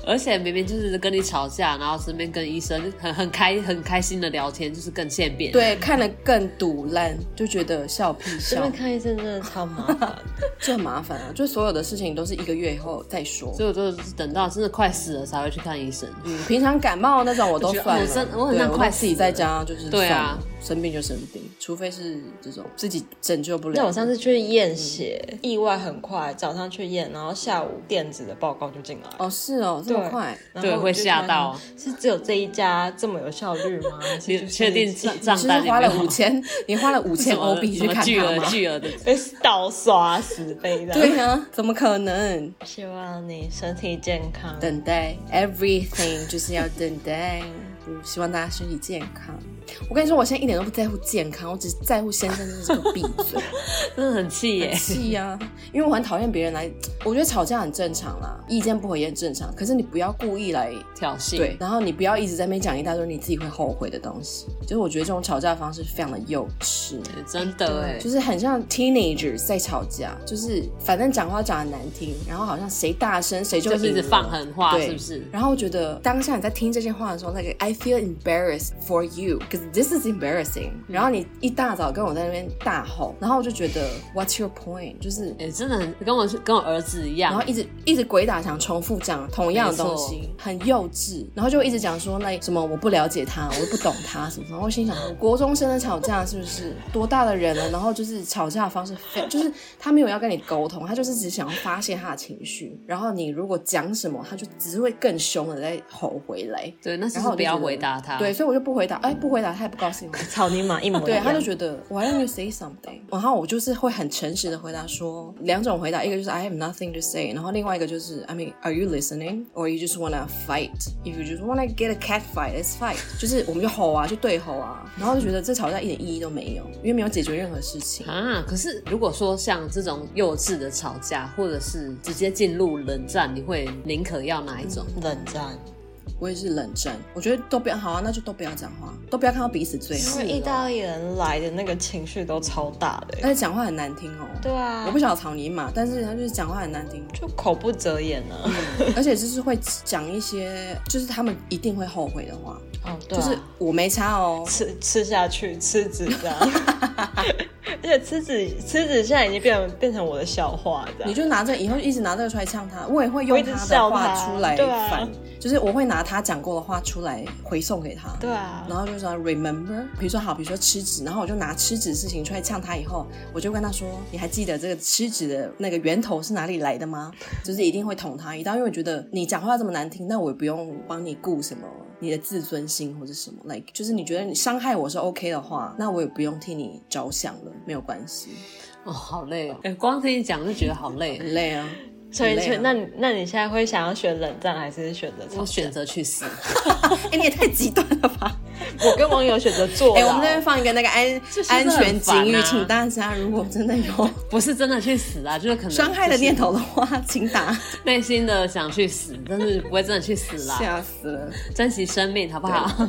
C: 而且明明就是跟你吵架，然后身边跟医生很很开很开心的聊天，就是更欠扁。，
A: 对，看了更堵烂，就觉得笑屁
B: 这
A: 笑
B: 边。看医生真的超麻烦，
A: 这很麻烦啊，就所有的事情都是一个月以后再说。
C: 所以我都是等到真的快死了才会去看医生。
A: 嗯平常感冒那种我都
C: 我觉得
A: 算了，
C: 哦我真我很
A: 对
C: 像快
A: 都自己
C: 死
A: 在
C: 了
A: 家就是
C: 对
A: 算
C: 啊
A: 了，生病就生病，除非是这种自己拯救不了。
B: 那我上次去验血，嗯意外很快，早上去验，然后下午电子的报告就进来了。
A: 哦是哦，这
B: 对
A: 么快，
B: 然后
C: 对
B: 我就
C: 会吓
B: 想
C: 到
B: 是只有这一家这么有效率 吗？还是就
C: 你
B: 是
C: 确定账
A: 你
C: 账
A: 是
C: 单有
A: 花
C: 没
A: 了五
C: 有？
A: 千，你花了五千
C: 什
A: 欧
C: 么
A: 币
C: 什
A: 去
C: 么啊
A: 看
C: 巨
A: 他
C: 额
A: 吗？
C: 巨额的？
B: 被盗刷十倍的？
A: 对啊，怎么可能？
B: 希望你身体健康。
A: 等待 everything 就是要等待。我希望大家身体健康。我跟你说，我现在一点都不在乎健康，我只在乎先生真的是个闭嘴。
C: 真的很气耶！
A: 气呀、因为我很讨厌别人来，我觉得吵架很正常啦，意见不合也很正常，可是你不要故意来。
C: 挑衅。
A: 对，，然后你不要一直在那边讲一大堆你自己会后悔的东西，就是我觉得这种吵架方式非常的幼稚，
C: 真的哎
A: 就。是很像 teenagers 在吵架，就是反正讲话讲的难听，然后好像谁大声谁就
C: 就是一直
A: 赢了
C: 放狠话
A: 对
C: 是不是
A: 然后我觉得当下你在听这些话的时候，那个 I feel embarrassed for you because this is embarrassing，、然后你一大早跟我在那边大吼，然后我就觉得 What's your point？就是
C: 哎、真的很跟我跟我儿子一
A: 然后
C: 样，
A: 一直一直鬼打墙，重复讲同样的东
C: 没
A: 西，很幼稚。然后就一直讲说那什么我不了解他，我不懂他什么什么。我心想，国中生的吵架是不是多大的人了？然后就是吵架的方式非，就是他没有要跟你沟通，他就是只想要发泄他的情绪。然后你如果讲什么，他就只会更凶的在吼回来。
C: 对，那是
A: 然后我就
C: 不要
A: 觉得
C: 回答他。
A: 对，，所以我就不回答。哎，不回答他也不高兴了。
B: 草泥马一模一
A: 对，
B: 样。
A: 他就觉得 Why don't you say something？然后我就是会很诚实的回答说，两种回答，一个就是 I have nothing to say，然后另外一个就是 I mean Are you listening or you just wanna fight？If you just wanna get a cat fight，let's fight。就是我们就吼啊，就对吼啊，然后就觉得这吵架一点意义都没有，因为没有解决任何事情。
C: 啊，可是如果说像这种幼稚的吵架，或者是直接进入冷战，你会宁可要哪一种？
B: 冷战，
A: 我也是冷战，我觉得都不要好啊，那就都不要讲话，都不要看到彼此最
B: 因
A: 好，
B: 为意大利人来的那个情绪都超大的欸、
A: 而且讲话很难听哦。
B: 对啊，
A: 我不晓得草泥马，但是他就是讲话很难听。
B: 就口不择言啊呢、
A: 而且就是会讲一些，就是他们一定会后悔的话，
B: 哦，对
A: 就是我没差哦。
B: 吃吃下去，吃纸这 样。而且吃纸吃纸现在已经变成变成我的笑话这
A: 你
B: 样。
A: 就拿这以后一直拿这个出来呛他，我也会用
B: 我一直
A: 他
B: 笑
A: 的
B: 他
A: 话出来
B: 对啊
A: 反，就是我会拿他讲过的话出来回送给他。
B: 对啊
A: 然，后就说 remember，比如说好，比如说吃纸，然后我就拿吃纸事情出来呛他，以后我就跟他说，你还记得这个吃纸的那个源头是哪里 来的吗？就是一定会捅他一刀，因为我觉得你讲话这么难听，那我也不用帮你顾什么你的自尊心或者什么，like 就是你觉得你伤害我是 OK 的话，那我也不用替你着想了，没有关系。
C: 哦，好累哦！哎，光听你讲就觉得好累哦。
A: 很累啊，
B: 所以
A: 很累
B: 就
A: 啊
B: 那你那你现在会想要选冷战还是选择吵
C: 我选
B: 架？
C: 择去死。
A: 哎、你也太极端了 吧！
B: 我跟网友选择坐
A: 哎、
B: 牢。
A: 我们这边放一个那个安、
C: 啊这是不是
A: 安全警
C: 很烦
A: 语，
C: 啊
A: 请大家如果真的 有
C: 不是真的去死啊，就是可能
A: 伤害的念，头的话，请打。
C: 内心的想去死，但 是啊不会真的去死啦。
A: 吓死了！
C: 珍惜生命，好不好？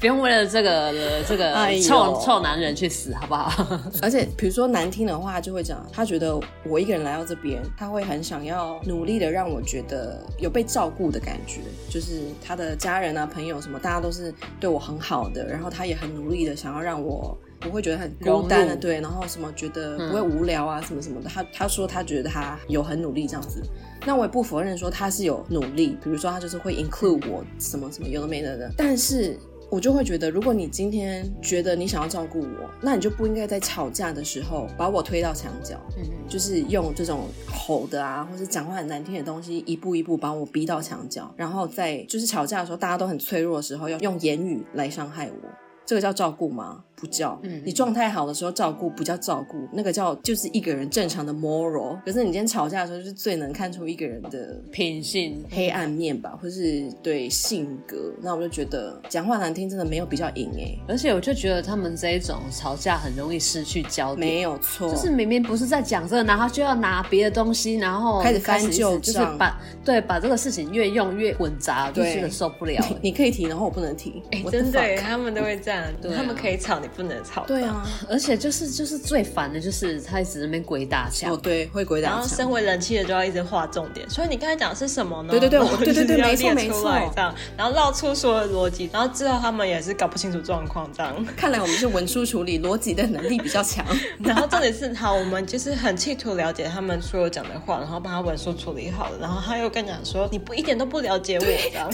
C: 不用为了这个呃这个
A: 哎呦
C: 臭臭男人去死，好不好？
A: 而且比如说难听的话，就会讲他觉得我一个人来到这边，他会很想要努力的让我觉得有被照顾的感觉，就是他的家人啊、朋友什么，大家都是对我很好的，然后他也很努力的想要让我。不会觉得很孤单
C: 融
A: 的，
C: 入
A: 对，然后什么觉得不会无聊啊，什么什么的。他他说他觉得他有很努力这样子，那我也不否认说他是有努力，比如说他就是会 include 我什么什么有的没的的，但是。我就会觉得，如果你今天觉得你想要照顾我，那你就不应该在吵架的时候把我推到墙角，
C: 嗯
A: 就是用这种吼的啊，或是讲话很难听的东西，一步一步把我逼到墙角，然后在就是吵架的时候，大家都很脆弱的时候，要用言语来伤害我，这个叫照顾吗？不叫。
C: 嗯
A: 你状态好的时候照顾不叫照顾，那个叫就是一个人正常的 moral。可是你今天吵架的时候，就是最能看出一个人的
C: 品性
A: 黑暗面吧，或是对性格。那我就觉得讲话难听，真的没有比较赢欸诶、
C: 而且我就觉得他们这一种吵架很容易失去焦点，
A: 没有错。
C: 就是明明不是在讲这个，然后就要拿别的东西，然后
A: 开始翻
C: 一直
A: 旧
C: 就是
A: 账
C: 把对把这个事情越用越混杂，就
A: 对
C: 觉得受不了。
A: 你可以提，然后我不能提。
B: 哎、
A: What the
B: 真的
A: fuck？
B: 耶，他们都会这样，
C: 对啊
B: 他们可以吵，你不能吵。
A: 对。啊，
C: 而且就是就是最烦的就是他一直在那边鬼打墙
A: 哦，对，会鬼
B: 然
A: 打
B: 后身
A: 墙。
B: 为人妻的就要一直划重点，所以你刚才讲的是什么呢？
A: 对对对
B: 然后
A: 我对对对
B: 就是要
A: 没错
B: 列出来
A: 没错
B: 这样，然后绕出所有的逻辑，然后之后他们也是搞不清楚状况这样。
A: 看来我们是文书处理，逻辑的能力比较强。
B: 然后重点是，好，我们就是很企图了解他们所有讲的话，然后把他文书处理好了，然后他又跟你讲说你不一点都不了解我这样。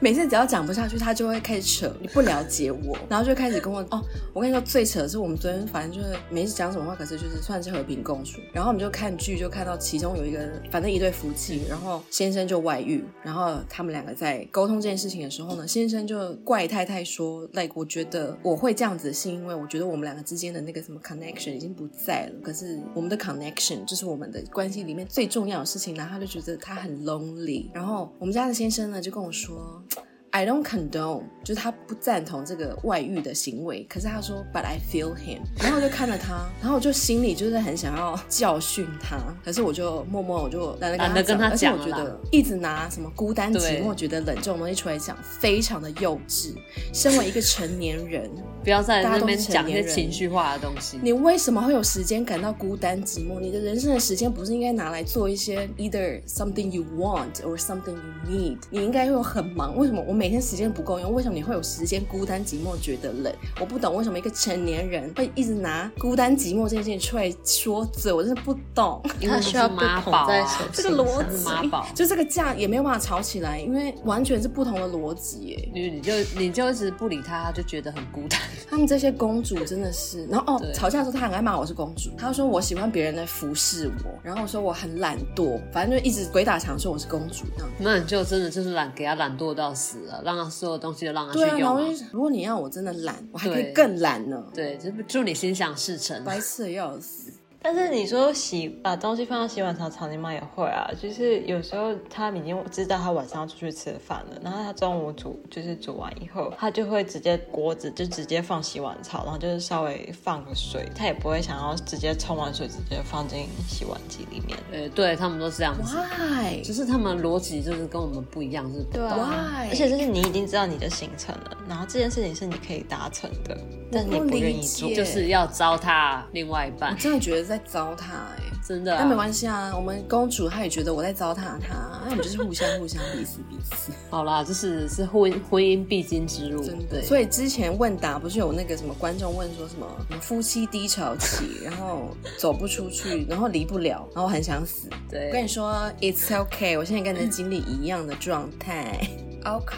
A: 每次只要讲不下去，他就会开始扯，你不了解我，然后就开始跟我哦，我跟你说最扯的是我们昨天反正就是没讲什么话，可是就是算是和平共处。然后我们就看剧，就看到其中有一个反正一对夫妻，然后先生就外遇，然后他们两个在沟通这件事情的时候呢，先生就怪太太说，like 我觉得我会这样子是因为我觉得我们两个之间的那个什么 connection 已经不在了，可是我们的 connection 就是我们的关系里面最重要的事情，然后他就觉得他很 lonely，然后我们家的先生呢就跟我说。I don't condone，就是他不赞同这个外遇的行为。可是他说，But I feel him，然后我就看了他，然后我就心里就是很想要教训他，可是我就默默我就懒得
C: 懒得跟他
A: 而且我
C: 讲
A: 觉
C: 了
A: 得
C: 啦
A: 一直拿什么孤单寂
C: 对
A: 寞觉得冷这种东西出来讲，非常的幼稚。身为一个成年人，
C: 不要在那边
A: 大家
C: 讲
A: 都
C: 一
A: 是成年
C: 些
A: 人
C: 情绪化的东西。
A: 你为什么会有时间感到孤单寂寞？你的人生的时间不是应该拿来做一些 either something you want or something you need？你应该会有很忙，为什么我每天时间不够用？为什么你会有时间孤单寂寞觉得冷？我不懂为什么一个成年人会一直拿孤单寂寞这件事情出来说嘴，我真的不懂。
C: 因为
B: 他需
C: 是
B: 要被
C: 妈
B: 捧
C: 宝
B: 在
C: 啊
B: 手，
A: 这个逻辑
C: 是妈宝，
A: 就这个架也没有办法吵起来，因为完全是不同的逻辑耶。
C: 你你就你就一直不理他，他就觉得很孤单。
A: 他们这些公主真的是，然后哦
C: 对，
A: 吵架的时候她很爱骂我是公主，她说我喜欢别人来服侍我，然后我说我很懒惰，反正就一直鬼打墙说我是公主这样。
C: 那你就真的就是懒，给他懒惰到死了，让他所有东西都让他
A: 对啊，
C: 去
A: 然
C: 用
A: 后我
C: 啊、
A: 就想如果你要我真的懒，我还可以
C: 对
A: 更懒呢，
C: 对，就祝你心想事成。
A: 白痴的要死。
B: 但是你说洗把东西放到洗碗槽槽，你妈也会啊。就是有时候她已经知道她晚上要出去吃饭了，然后她中午煮就是煮完以后，她就会直接锅子就直接放洗碗槽，然后就是稍微放个水，她也不会想要直接冲完水直接放进洗碗机里面。
C: 呃，对他们都是这样子，
A: Why？
C: 只是他们逻辑就是跟我们不一样，就是
A: 啊
C: 不懂。
A: Why？
B: 而且就是你已经知道你的行程了，然后这件事情是你可以达成的，但是你不愿意做
A: 我不理。解
C: 就是要糟蹋另外一半
A: 我，真的觉得在糟蹋哎、
C: 真的、
A: 但没
C: 啊。
A: 关系啊，我嗯们公主她也觉得我在糟蹋她，那我们就是互相互相彼此彼此，
C: 好啦，就是是婚婚姻必经之路，
A: 真的。
C: 对。
A: 所以之前问答不是有那个什么观众问说什么什么夫妻低潮期，然后走不出去，然后离不了，然后很想死。
C: 对
A: 我跟你说，it's okay，我现在跟你的经历一样的状态。OK，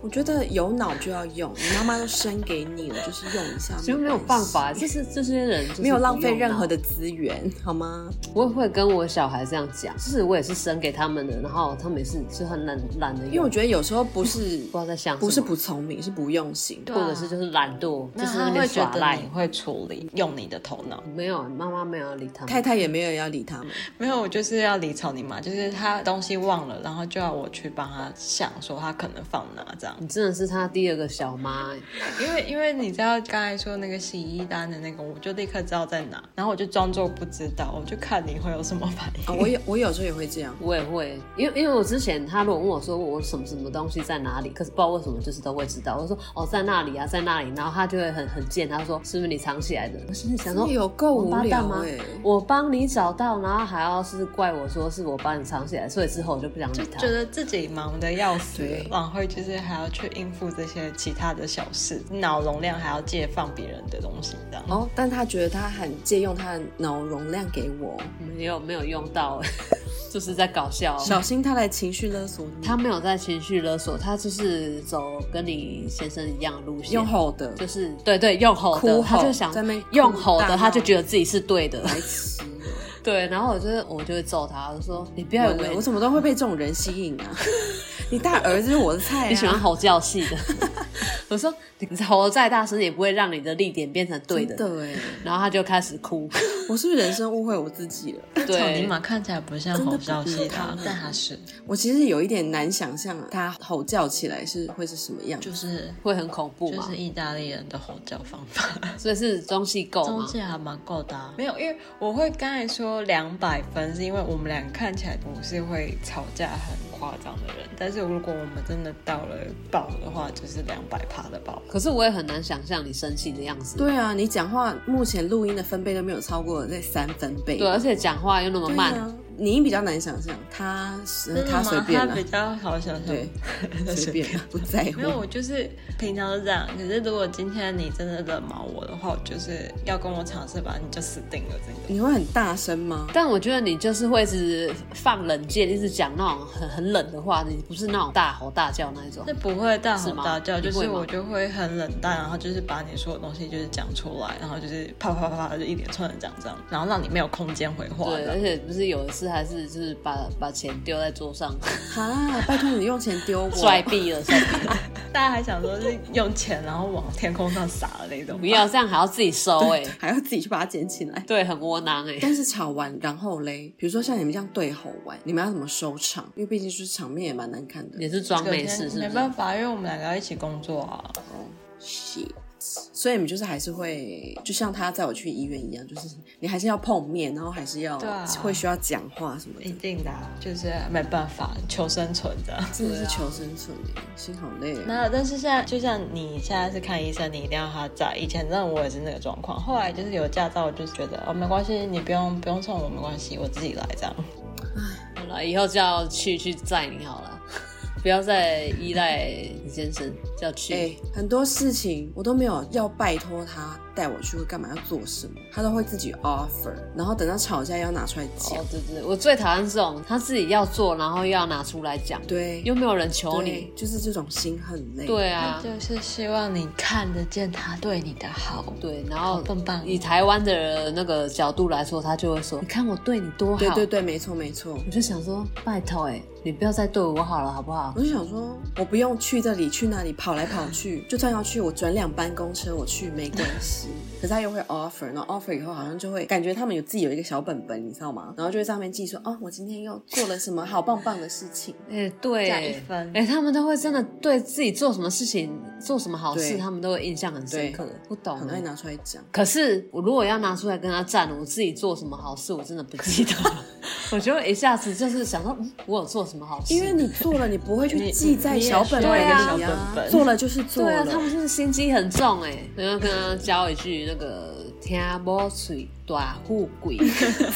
A: 我觉得有脑就要用，你妈妈都生给你了，就是用一 下。
C: 就没有
A: 关
C: 办
A: 系
C: 法，这是这些人就是
A: 没有浪费
C: 不用脑
A: 任何的资源，好吗？
C: 我也会跟我小孩这样讲，就是我也是生给他们的，然后他们也是就很懒懒的用，
A: 因为我觉得有时候不是
C: 不知道在想什
A: 不
C: 么
A: 是不聪明，是不用心。
B: 对啊
C: 或者是就是懒惰，就
B: 那
C: 是
B: 他
C: 有
B: 会
C: 点
B: 觉
C: 耍
B: 得
C: 赖
B: 你。会处理，用你的头脑。
C: 没有，妈妈没有要理他们。
A: 太太也没有要理他们，
B: 没有，我就是要理草泥马，就是他东西忘了，然后就要我去帮他想，说他可能放哪这样。
C: 你真的是他第二个小妈欸、
B: 因为因为你知道刚才说那个洗衣单的那个，我就立刻知道在哪，然后我就装作不知道，我就看你会有什么反应。
A: 啊、我有我有时候也会这样，
C: 我也会，因为因为我之前他如果问我说我什么什么东西在哪里，可是不知道为什么就是都会知道，我说哦在那里啊在那里，然后他就会很很贱，他说是不是你藏起来的？我心里想
A: 真
C: 说
A: 的有哎够
C: 王
A: 无
C: 八蛋
A: 聊
C: 吗
A: 哎、
C: 我帮你找到，然后还要是怪我说是我帮你藏起来，所以之后我就不想理
B: 就
C: 他。
B: 觉得自己忙得要死
A: 对，
B: 往后就是还要去应付这些其他的小事，脑容量还要借放别人的东西这样。
A: 哦，但他觉得他很借用他的脑容量给我，
C: 没有没有用到， 就是在搞笑。
A: 小心他来情绪勒索你，
C: 他没有在情绪勒索，他就是走跟你先生一样的路线，
A: 用吼的，
C: 就是对对用吼的，
A: 哭吼
C: 他就想
A: 在那边哭
C: 用吼
A: 大
C: 的，
A: 闹
C: 他就觉得自己是对的，
A: 白痴哦。
C: 对。然后我就是我就会揍他，我就说你不要以
A: 我
C: 为
A: 我怎么都会被这种人吸引 啊！你大儿子就是我的菜、啊，
C: 你喜欢吼叫系的， 我说你吼得再大声也不会让你的力点变成对的。
A: 真的哎，
C: 然后他就开始 哭，
A: 我是不是人生误会我自己了？
B: 草泥
C: 对，
B: 马看起来不像
A: 的
B: 侯
A: 不
B: 孝
A: 是
B: 熙
A: 他
B: 他，但他是
A: 我其实有一点难想象啊他吼叫起来是会是什么样。
B: 就是
C: 会很恐怖
B: 就
C: 嘛
B: 是，意大利人的吼叫方法。
C: 所以是中戏够
B: 中
C: 嘛，
B: 介还蛮够的、啊，没有，因为我会刚才说两百分，是因为我们俩看起来不是会吵架很夸张的人，但是如果我们真的到了爆的话，就是两百趴的爆。
C: 可是我也很难想象你生气的样子。
A: 对啊，你讲话目前录音的分贝都没有超过在三分贝，
C: 对，而且讲话又那么
A: 对
C: 慢，
A: 啊，你比较难想象，他是
B: 真的
A: 他
B: 吗
A: 随便
B: 他
A: 了
B: 比，较好想象。
A: 对， 随便啦不在
B: 没有，
A: 乎。
B: 我就是平常都这样。可是如果今天你真的惹毛我的话，我就是要跟我尝试吧，你就死定了这个。
A: 你会很大声吗？
C: 但我觉得你就是会一直放冷箭，一直讲那种很很冷的话，你不是那种大吼大叫那一种
B: 那。不会大
C: 是
B: 吼
C: 吗
B: 大叫，
C: 你
B: 就
C: 会
B: 是
C: 吗
B: 我就会很冷淡，然后就是把你说的东西就是讲出来，然后就是啪啪啪啪就一连串的讲这样，然后让你没有空间回话
C: 对，而
B: 的。
C: 且不是有一次还是就是把把钱丢在桌上，
A: 啊，拜托你用钱丢我，
C: 拽币了，拽币了
B: 大家还想说是用钱然后往天空上撒的那种
C: 不，要这样还要自己收哎、
A: 还要自己去把它捡起来。
C: 对，很窝囊哎、
A: 但是吵完，然后嘞，比如说像你们这样对吼完，你们要怎么收场？因为毕竟就是场面也蛮难看的。
C: 也是装
B: 隔
C: 没
B: 天
C: 事是
B: 没
C: 不是
B: 办？法，因为我们两个要一起工作啊。
A: shit，所以你们就是还是会，就像他载我去医院一样，就是你还是要碰面，然后还是要、
B: 对啊
A: 会需要讲话什么的
B: 一，定的啊、就是没办法求生存的。
A: 真的是求生存耶，心好累哦。
B: 那但是现在，就像你现在是看医生，你一定要他在。以前真的我也是那个状况，后来就是有驾照，我就觉得哦没关系，你不用不用送我，没关系，我自己来这样。
C: 好了，以后就要去去载你好了， 不要再依赖你先生，就要去。
A: 哎、很多事情我都没有要拜托他带我去，或干嘛要做什么，他都会自己 offer，然后等到吵架要拿出来讲。
C: 哦，对对，我最讨厌这种他自己要做，然后又要拿出来讲，
A: 对，
C: 又没有人
A: 对
C: 求你。
A: 就是这种心很累。，
C: 对啊，
B: 就是希望你看得见他对你的好。
C: 对，然后
B: 好棒棒
C: 以台湾的那个角度来说，他就会说：“你看我对你多好。”
A: 对对。对，没错没错。
C: 我就想说，拜托哎、你不要再对我好了，好不好
A: 我？就想说，我不用去这里去那里跑来跑去，就算要去，我转两班公车我去没关系。可是他又会 offer，然后 offer 以后好像就会感觉他们有自己有一个小本本，你知道吗？然后就会上面记说，哦，我今天又做了什么好棒棒的事情。
C: 哎、对、
B: 加一分
C: 哎、他们都会真的对自己做什么事情、做什么好事，
A: 对
C: 他们都会印象很深
A: 对
C: 刻。不懂
A: 很
C: 哎、
A: 爱拿出来讲，
C: 可是我如果要拿出来跟他站，我自己做什么好事，我真的不记 得了。我就会一下子就是想说，嗯，我有做什么好事？
A: 因为你做了，你不会去
B: 你
A: 记在小本本
B: 你
A: 里
B: 也需要
A: 啊
B: 一个小本本
A: 做了就是做
C: 对啊，
A: 了。
C: 他们真的心机很重哎、然后跟他教一句那个“听无嘴大富 贵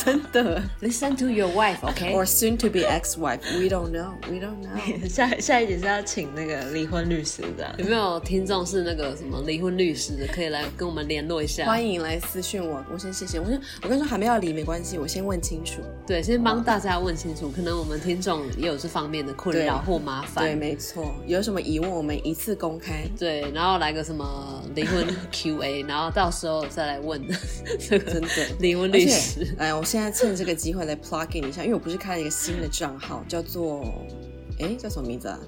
A: 真 的。
C: ”，Listen to your wife，OK？、
A: Or soon to be ex-wife, we don't know, we don't know。
B: 下下一集是要请那个离婚律师的
C: 有，没有听众是那个什么离婚律师的，可以来跟我们联络一下？
A: 欢迎来私讯我，我先谢谢。我先，我跟你说还没有离没关系，我先问清楚。
C: 对，先帮大家问清楚，可能我们听众也有这方面的困扰或麻
A: 对，
C: 烦。
A: 没错，有什么疑问我们一次公开。
C: 对，然后来个什么离婚 Q&A，然后到时候再来问 这个
A: 真的
C: 离婚
A: 而
C: 律
A: 且
C: 师。，
A: 哎，我现在趁这个机会来 plug in 一下，因为我不是开了一个新的账号，叫做，哎，叫什么名字啊？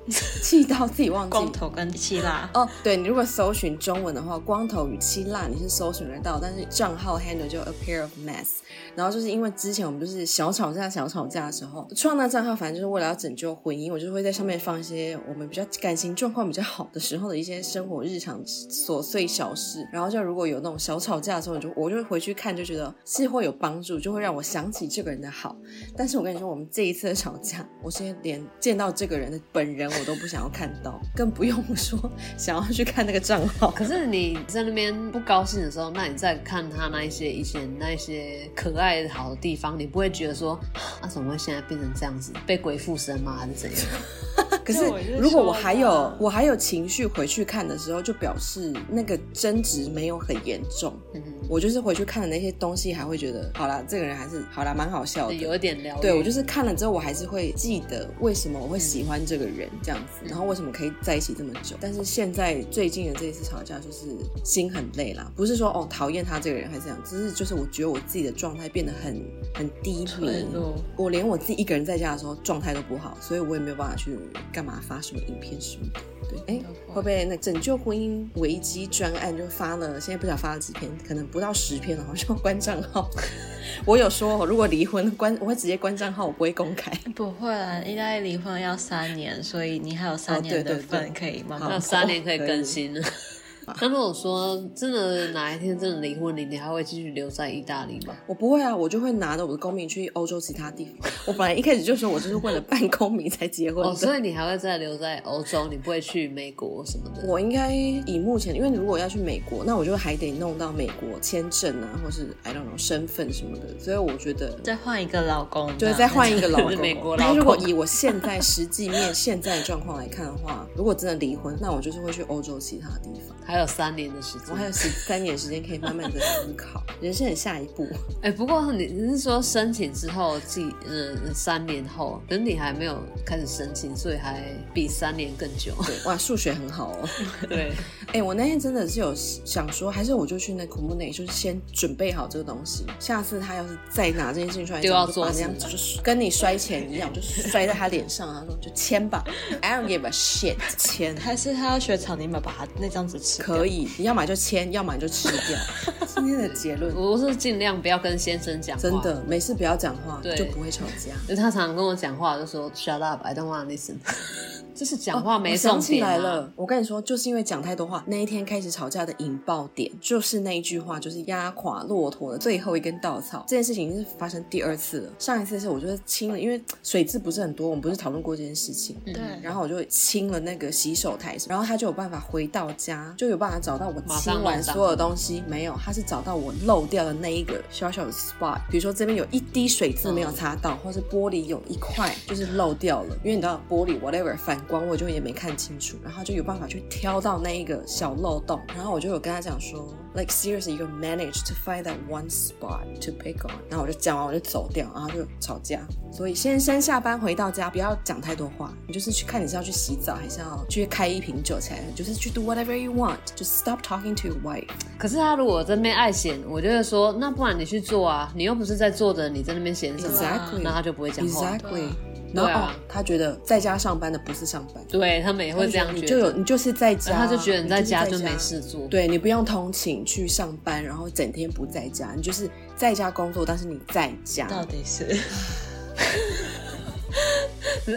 A: 气到自己忘记。
B: 光头跟希腊。
A: 哦，对你如果搜寻中文的话，“光头与七辣”你是搜寻得到，但是账号 handle 就 a pair of mess。然后就是因为之前我们就是小吵架、小吵架的时候，创那账号反正就是为了要拯救婚姻，我就会在上面放一些我们比较感情状况比较好的时候的一些生活日常琐碎小事。然后就如果有那种小吵架的时候，你就我就会回去看，就觉得是会有帮助，就会让我想起这个人的好。但是我跟你说，我们这一次的吵架， 我现在连见到这个人的本人我都不想要看到， 更不用说想要去看那个账号。
C: 可是你在那边不高兴的时候，那你再看他那一些以前那一些可爱好的地方，你不会觉得说， 啊，怎么会现在变成这样子，被鬼附身吗，还是怎样？
A: 可是
B: 这我就
A: 如果
B: 说
A: 我还有
B: 嘛
A: 我还有情绪回去看的时候，就表示那个争执没有很严重。
C: 嗯哼，
A: 我就是回去看了那些东西，还会觉得好啦，这个人还是好啦，蛮好笑的。
C: 有一点疗愈。
A: 对我就是看了之后，我还是会记得为什么我会喜欢这个人这样子，然后为什么可以在一起这么久。但是现在最近的这一次吵架，就是心很累啦，不是说哦讨厌他这个人还是这样，只是就是我觉得我自己的状态变得很很低迷
B: 脆弱，
A: 我连我自己一个人在家的时候状态都不好，所以我也没有办法去干嘛发什么影片什么的。对，哎，会不会那拯救婚姻危机专案就发了？现在不晓得发了几篇，可能不到十篇了，好像关账号。 我有说，如果离婚关，我会直接关账号，我不会公开。
B: 不会啦，意大利离婚要三年，所以你还有
A: 哦
B: 三
A: 对
B: 年的
A: 对对
B: 份可以慢慢
C: 那
B: 过。
C: 三年可以更新
A: 哦
C: 了。 那如果说真的哪一天真的离婚了，你还会继续留在意大利吗？
A: 我不会啊，我就会拿着我的公民去欧洲其他地方。 我本来一开始就说我就是为了办公民才结婚的。
C: 哦，所以你还会再留在欧洲，你不会去美国什么的。
A: 我应该以目前，因为如果要去美国，那我就还得弄到美国签证啊，或是 I don't know 身份什么的。所以我觉得
B: 再换一个老公，
A: 就是再换一个老 公。
C: 美国老
A: 但
C: 公
A: 如果以我现在实际面现在的状况来看的话，如果真的离婚，那我就是会去欧洲其他地方。
C: 还有三年的时
A: 我
C: 间。
A: 还有十三年时间可以慢慢的思考，人生很下一步。
C: 哎、不过你你是说申请之后，即嗯三年后，可是你还没有开始申请，所以还比三年更久。
A: 对，哇，数学很好哦。
C: 对，
A: 哎、我那天真的是有想说，还是我就去那恐怖内，就是先准备好这个东西，下次他要是再拿这件事情出来讲，
C: 丢到
A: 我就把
C: 桌子
A: 这样子就是跟你摔钱一样，我就摔在他脸上，然后说就签吧，I don't give a shit，签。
B: 还是他要学草泥马把他那张纸吃掉？
A: 可以，你要么就签，要么你就吃 掉。今天的结论
C: 我是尽量不要跟先生讲话，
A: 真的没事，不要讲话，
C: 对
A: 就不会吵架。
C: 因为他常常跟我讲话就说 “shut up, I don't want to listen”，就是讲话没
A: 我
C: 重
A: 想起
C: 点、啊
A: 来了，我跟你说，就是因为讲太多话，那一天开始吵架的引爆点就是那一句话，就是压垮骆驼的最后一根稻草。这件事情已经是发生第二次了，上一次是我就是清了，因为水质不是很多，我们不是讨论过这件事情。
C: 嗯
B: 对，
A: 然后我就清了那个洗手台，然后他就有办法回到家，就有办法找到我
C: 马上
A: 清完
C: 弄脏
A: 所有东西。没有，他是找到我漏掉的那一个小小的 spot，比如说这边有一滴水渍没有擦到，或是玻璃有一块就是漏掉了，因为你知道玻璃 whatever 反光，我就也没看清楚，然后就有办法去挑到那一个小漏洞，然后我就有跟他讲说。Like seriously, you managed to find that one spot to pick on。然后我就讲完我就走掉，然后就吵架。所以先生下班回到家，不要讲太多话，你就是去看你是要去洗澡，还是要去开一瓶酒起来，就是去 do whatever you want，就 stop talking to your wife。
C: 可是他如果在那边爱闲，我就会说，那不然你去做啊，你又不是在做的，你在那边闲什么
A: Exactly
C: 那他就不会讲话。
A: Exactly。
C: 对
A: 然
C: 啊
A: 后、哦、他觉得在家上班的不是上班，哎
C: 对他们也会这样
A: 你
C: 觉
A: 就有
C: 得，
A: 你就是在家，
C: 他就觉得你在家
A: 你
C: 就是
A: 在
C: 没事做。
A: 对你不用通勤去上班，然后整天不在家，你就是在家工作，但是你在家。
B: 到底是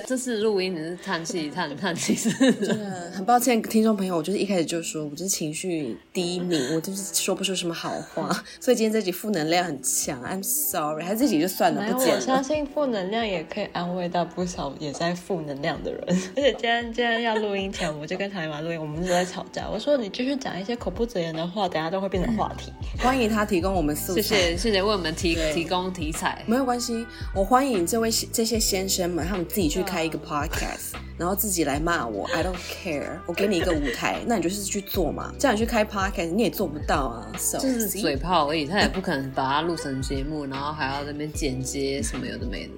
C: 这次录音你是叹气叹叹气是。
A: 嗯，很抱歉，听众朋友，我就是一开始就说，我就是情绪低迷，我就是说不出什么好话， 所以今天这集负能量很强，I'm sorry，还是这集就算了，
B: 没有，
A: 不
B: 我
A: 剪
B: 相
A: 了。
B: 信负能量也可以安慰到不少也在负能量的人。 而且今天今天要录音前，我就跟唐一马录音，我们一直在吵架。我说你继续讲一些口不择言的话，等下都会变成话题。
A: 欢迎他提供我们素材，
C: 谢谢谢谢为我们提提供题材，
A: 没有关系，我欢迎这位这些先生们，他们自己己
B: 啊
A: 去开一个 podcast，然后自己来骂我，I don't care，我给你一个舞 台，那你就是去做嘛。叫你去开 podcast，你也做不到啊。So,
C: 就是嘴炮而已，他也不可能把它录成节目，然后还要在那边剪接什么有的没的。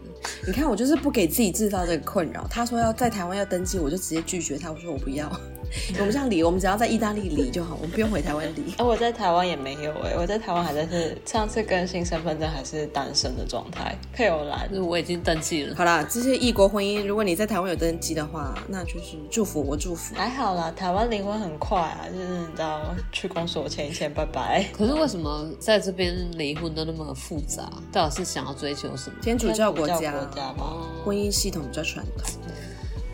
A: 你看，我就是不给自己制造这个困扰。他说要在台湾要登记，我就直接拒绝他，我说我不 要。我们这样离，我们只要在意大利离就好，我们不用回台湾 离。
B: 哎、我在台湾也没有哎、我在台湾还在是上次更新身份证还是单身的状态，配偶栏
C: 就是我已经登记了，
A: 好啦，这些异国婚姻，如果你在台湾有登记的话，那就是祝福我祝福。
B: 还好啦，台湾离婚很快啊，就是你知道去公所签一签，拜拜。
C: 可是为什么在这边离婚都那么复杂？到底是想要追求什么？
A: 天主教国
B: 天
A: 家，
B: 主教国家吧，
A: 婚姻系统比较传统。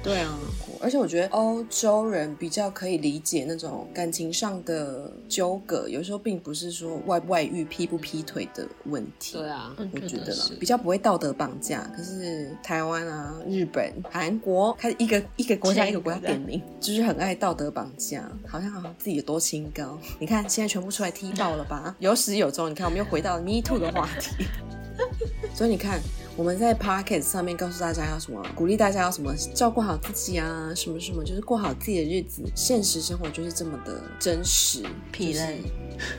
A: 对啊，而且我觉得欧洲人比较可以理解那种感情上的纠葛，有时候并不是说外不外遇、劈不劈腿的问题。
C: 对啊，
A: 我觉得啦
B: 嗯是，
A: 比较不会道德绑架。可是台湾啊、日本、韩国，它一个一个国家
B: 切
A: 一个国家
B: 一个这
A: 点
B: 样
A: 名，就是很爱道德绑架，好像好像自己有多清高。你看现在全部出来踢爆了吧？有始有终。你看，我们又回到了 Me Too 的话题。 所以你看，我们在 Pocket 上面告诉大家要什么，鼓励大家要什么，照顾好自己啊，什么什么，就是过好自己的日子。现实生活就是这么的真实，就
B: 疲
A: 是
B: 累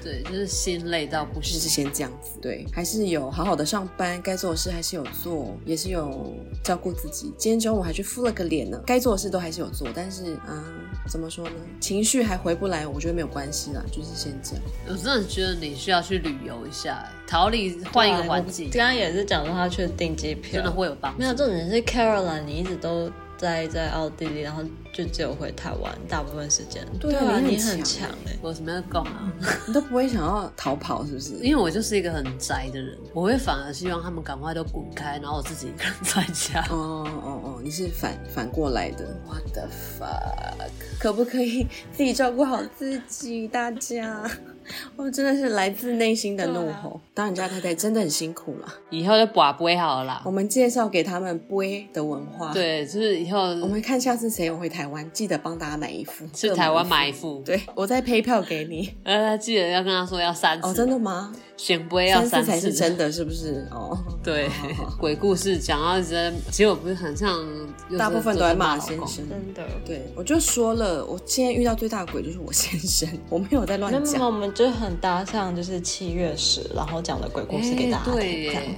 C: 对，就是心累到不
A: 就是
C: 行。
A: 先这样子，对，还是有好好的上班，该做的事还是有做，也是有照顾自己。今天中午还去敷了个脸呢，该做的事都还是有做，但是啊、怎么说呢？情绪还回不来，我觉得没有关系啦，就是先这样。
C: 我真的觉得你需要去旅游一下，欸逃离换一个环境，
B: 对啊我刚刚也是讲说他去订机票
C: 真的，会有帮助
B: 没。有重点是 Caroline，你一直都待在奥地利，然后就只有回台湾，大部分时间。
A: 对啊
B: 啊，
A: 你
B: 你
A: 很
B: 很
A: 强欸
B: 强哎、
C: 我什么要讲啊？
A: 你都不会想要逃跑，是不是？
C: 因为我就是一个很宅的人，我会反而希望他们赶快都滚开，然后我自己一个人在家。
A: 哦哦哦，你是反反过来的。What the fuck？可不可以自己照顾好自己？大家， 我真的是来自内心的
C: 啊
A: 怒吼。当人家太太真的很辛苦了。
C: 以后就寡不会好了啦
A: 我。们介绍给他们杯的文化。，
C: 对，就是以后
A: 我们看下次谁有回台湾，记得帮大家买一副。
C: 去台湾买一副，
A: 对，我再配票给你。
C: 呃，记得要跟他说要三次，
A: 哦，真的吗？
C: 选不会要
A: 三
C: 三
A: 次才是真的，是不是？哦，
C: 对
A: 好好 好，
C: 鬼故事讲到真，其实我不是很像，有时候
A: 大部分都在骂
C: 都在
A: 先
C: 老公。
A: 生。
B: 真的。
A: 对，我就说了，我今天遇到最大的鬼就是我先生，我没有在乱
B: 那么
A: 讲。
B: 我们就很搭上，就是七月十，然后讲的鬼故事给大
C: 哎
B: 家
C: 对
B: 听。这样
C: 耶，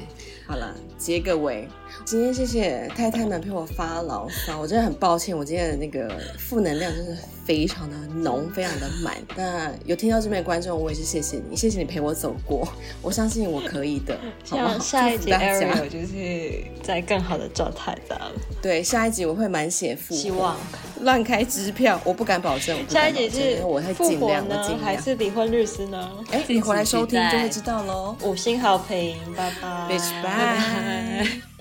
A: 好啦，结个尾。今天谢谢太太们陪我发牢骚，我真的很抱歉，我今天的那个负能量真的非常的浓，非常的满。那有听到这边的观众，我也是谢谢你，谢谢你陪我走过， 我相信我可以的，好吗？
B: 像下一
A: 祝福
B: 集
A: 大家
B: Ariel 就是在更好的状态的，
A: 对下一集我会满血复活，
B: 希望
A: 乱开支票，我不敢保证，我不
B: 下
A: 敢
B: 一集
A: 保证
B: 是
A: 我会
B: 复
A: 尽
B: 活
A: 量，我
B: 呢
A: 尽，
B: 还
A: 量。
B: 是离婚律师呢？
A: 哎，你回来收听就会知道喽
B: 五星好评，拜拜，
A: ，bitch bye。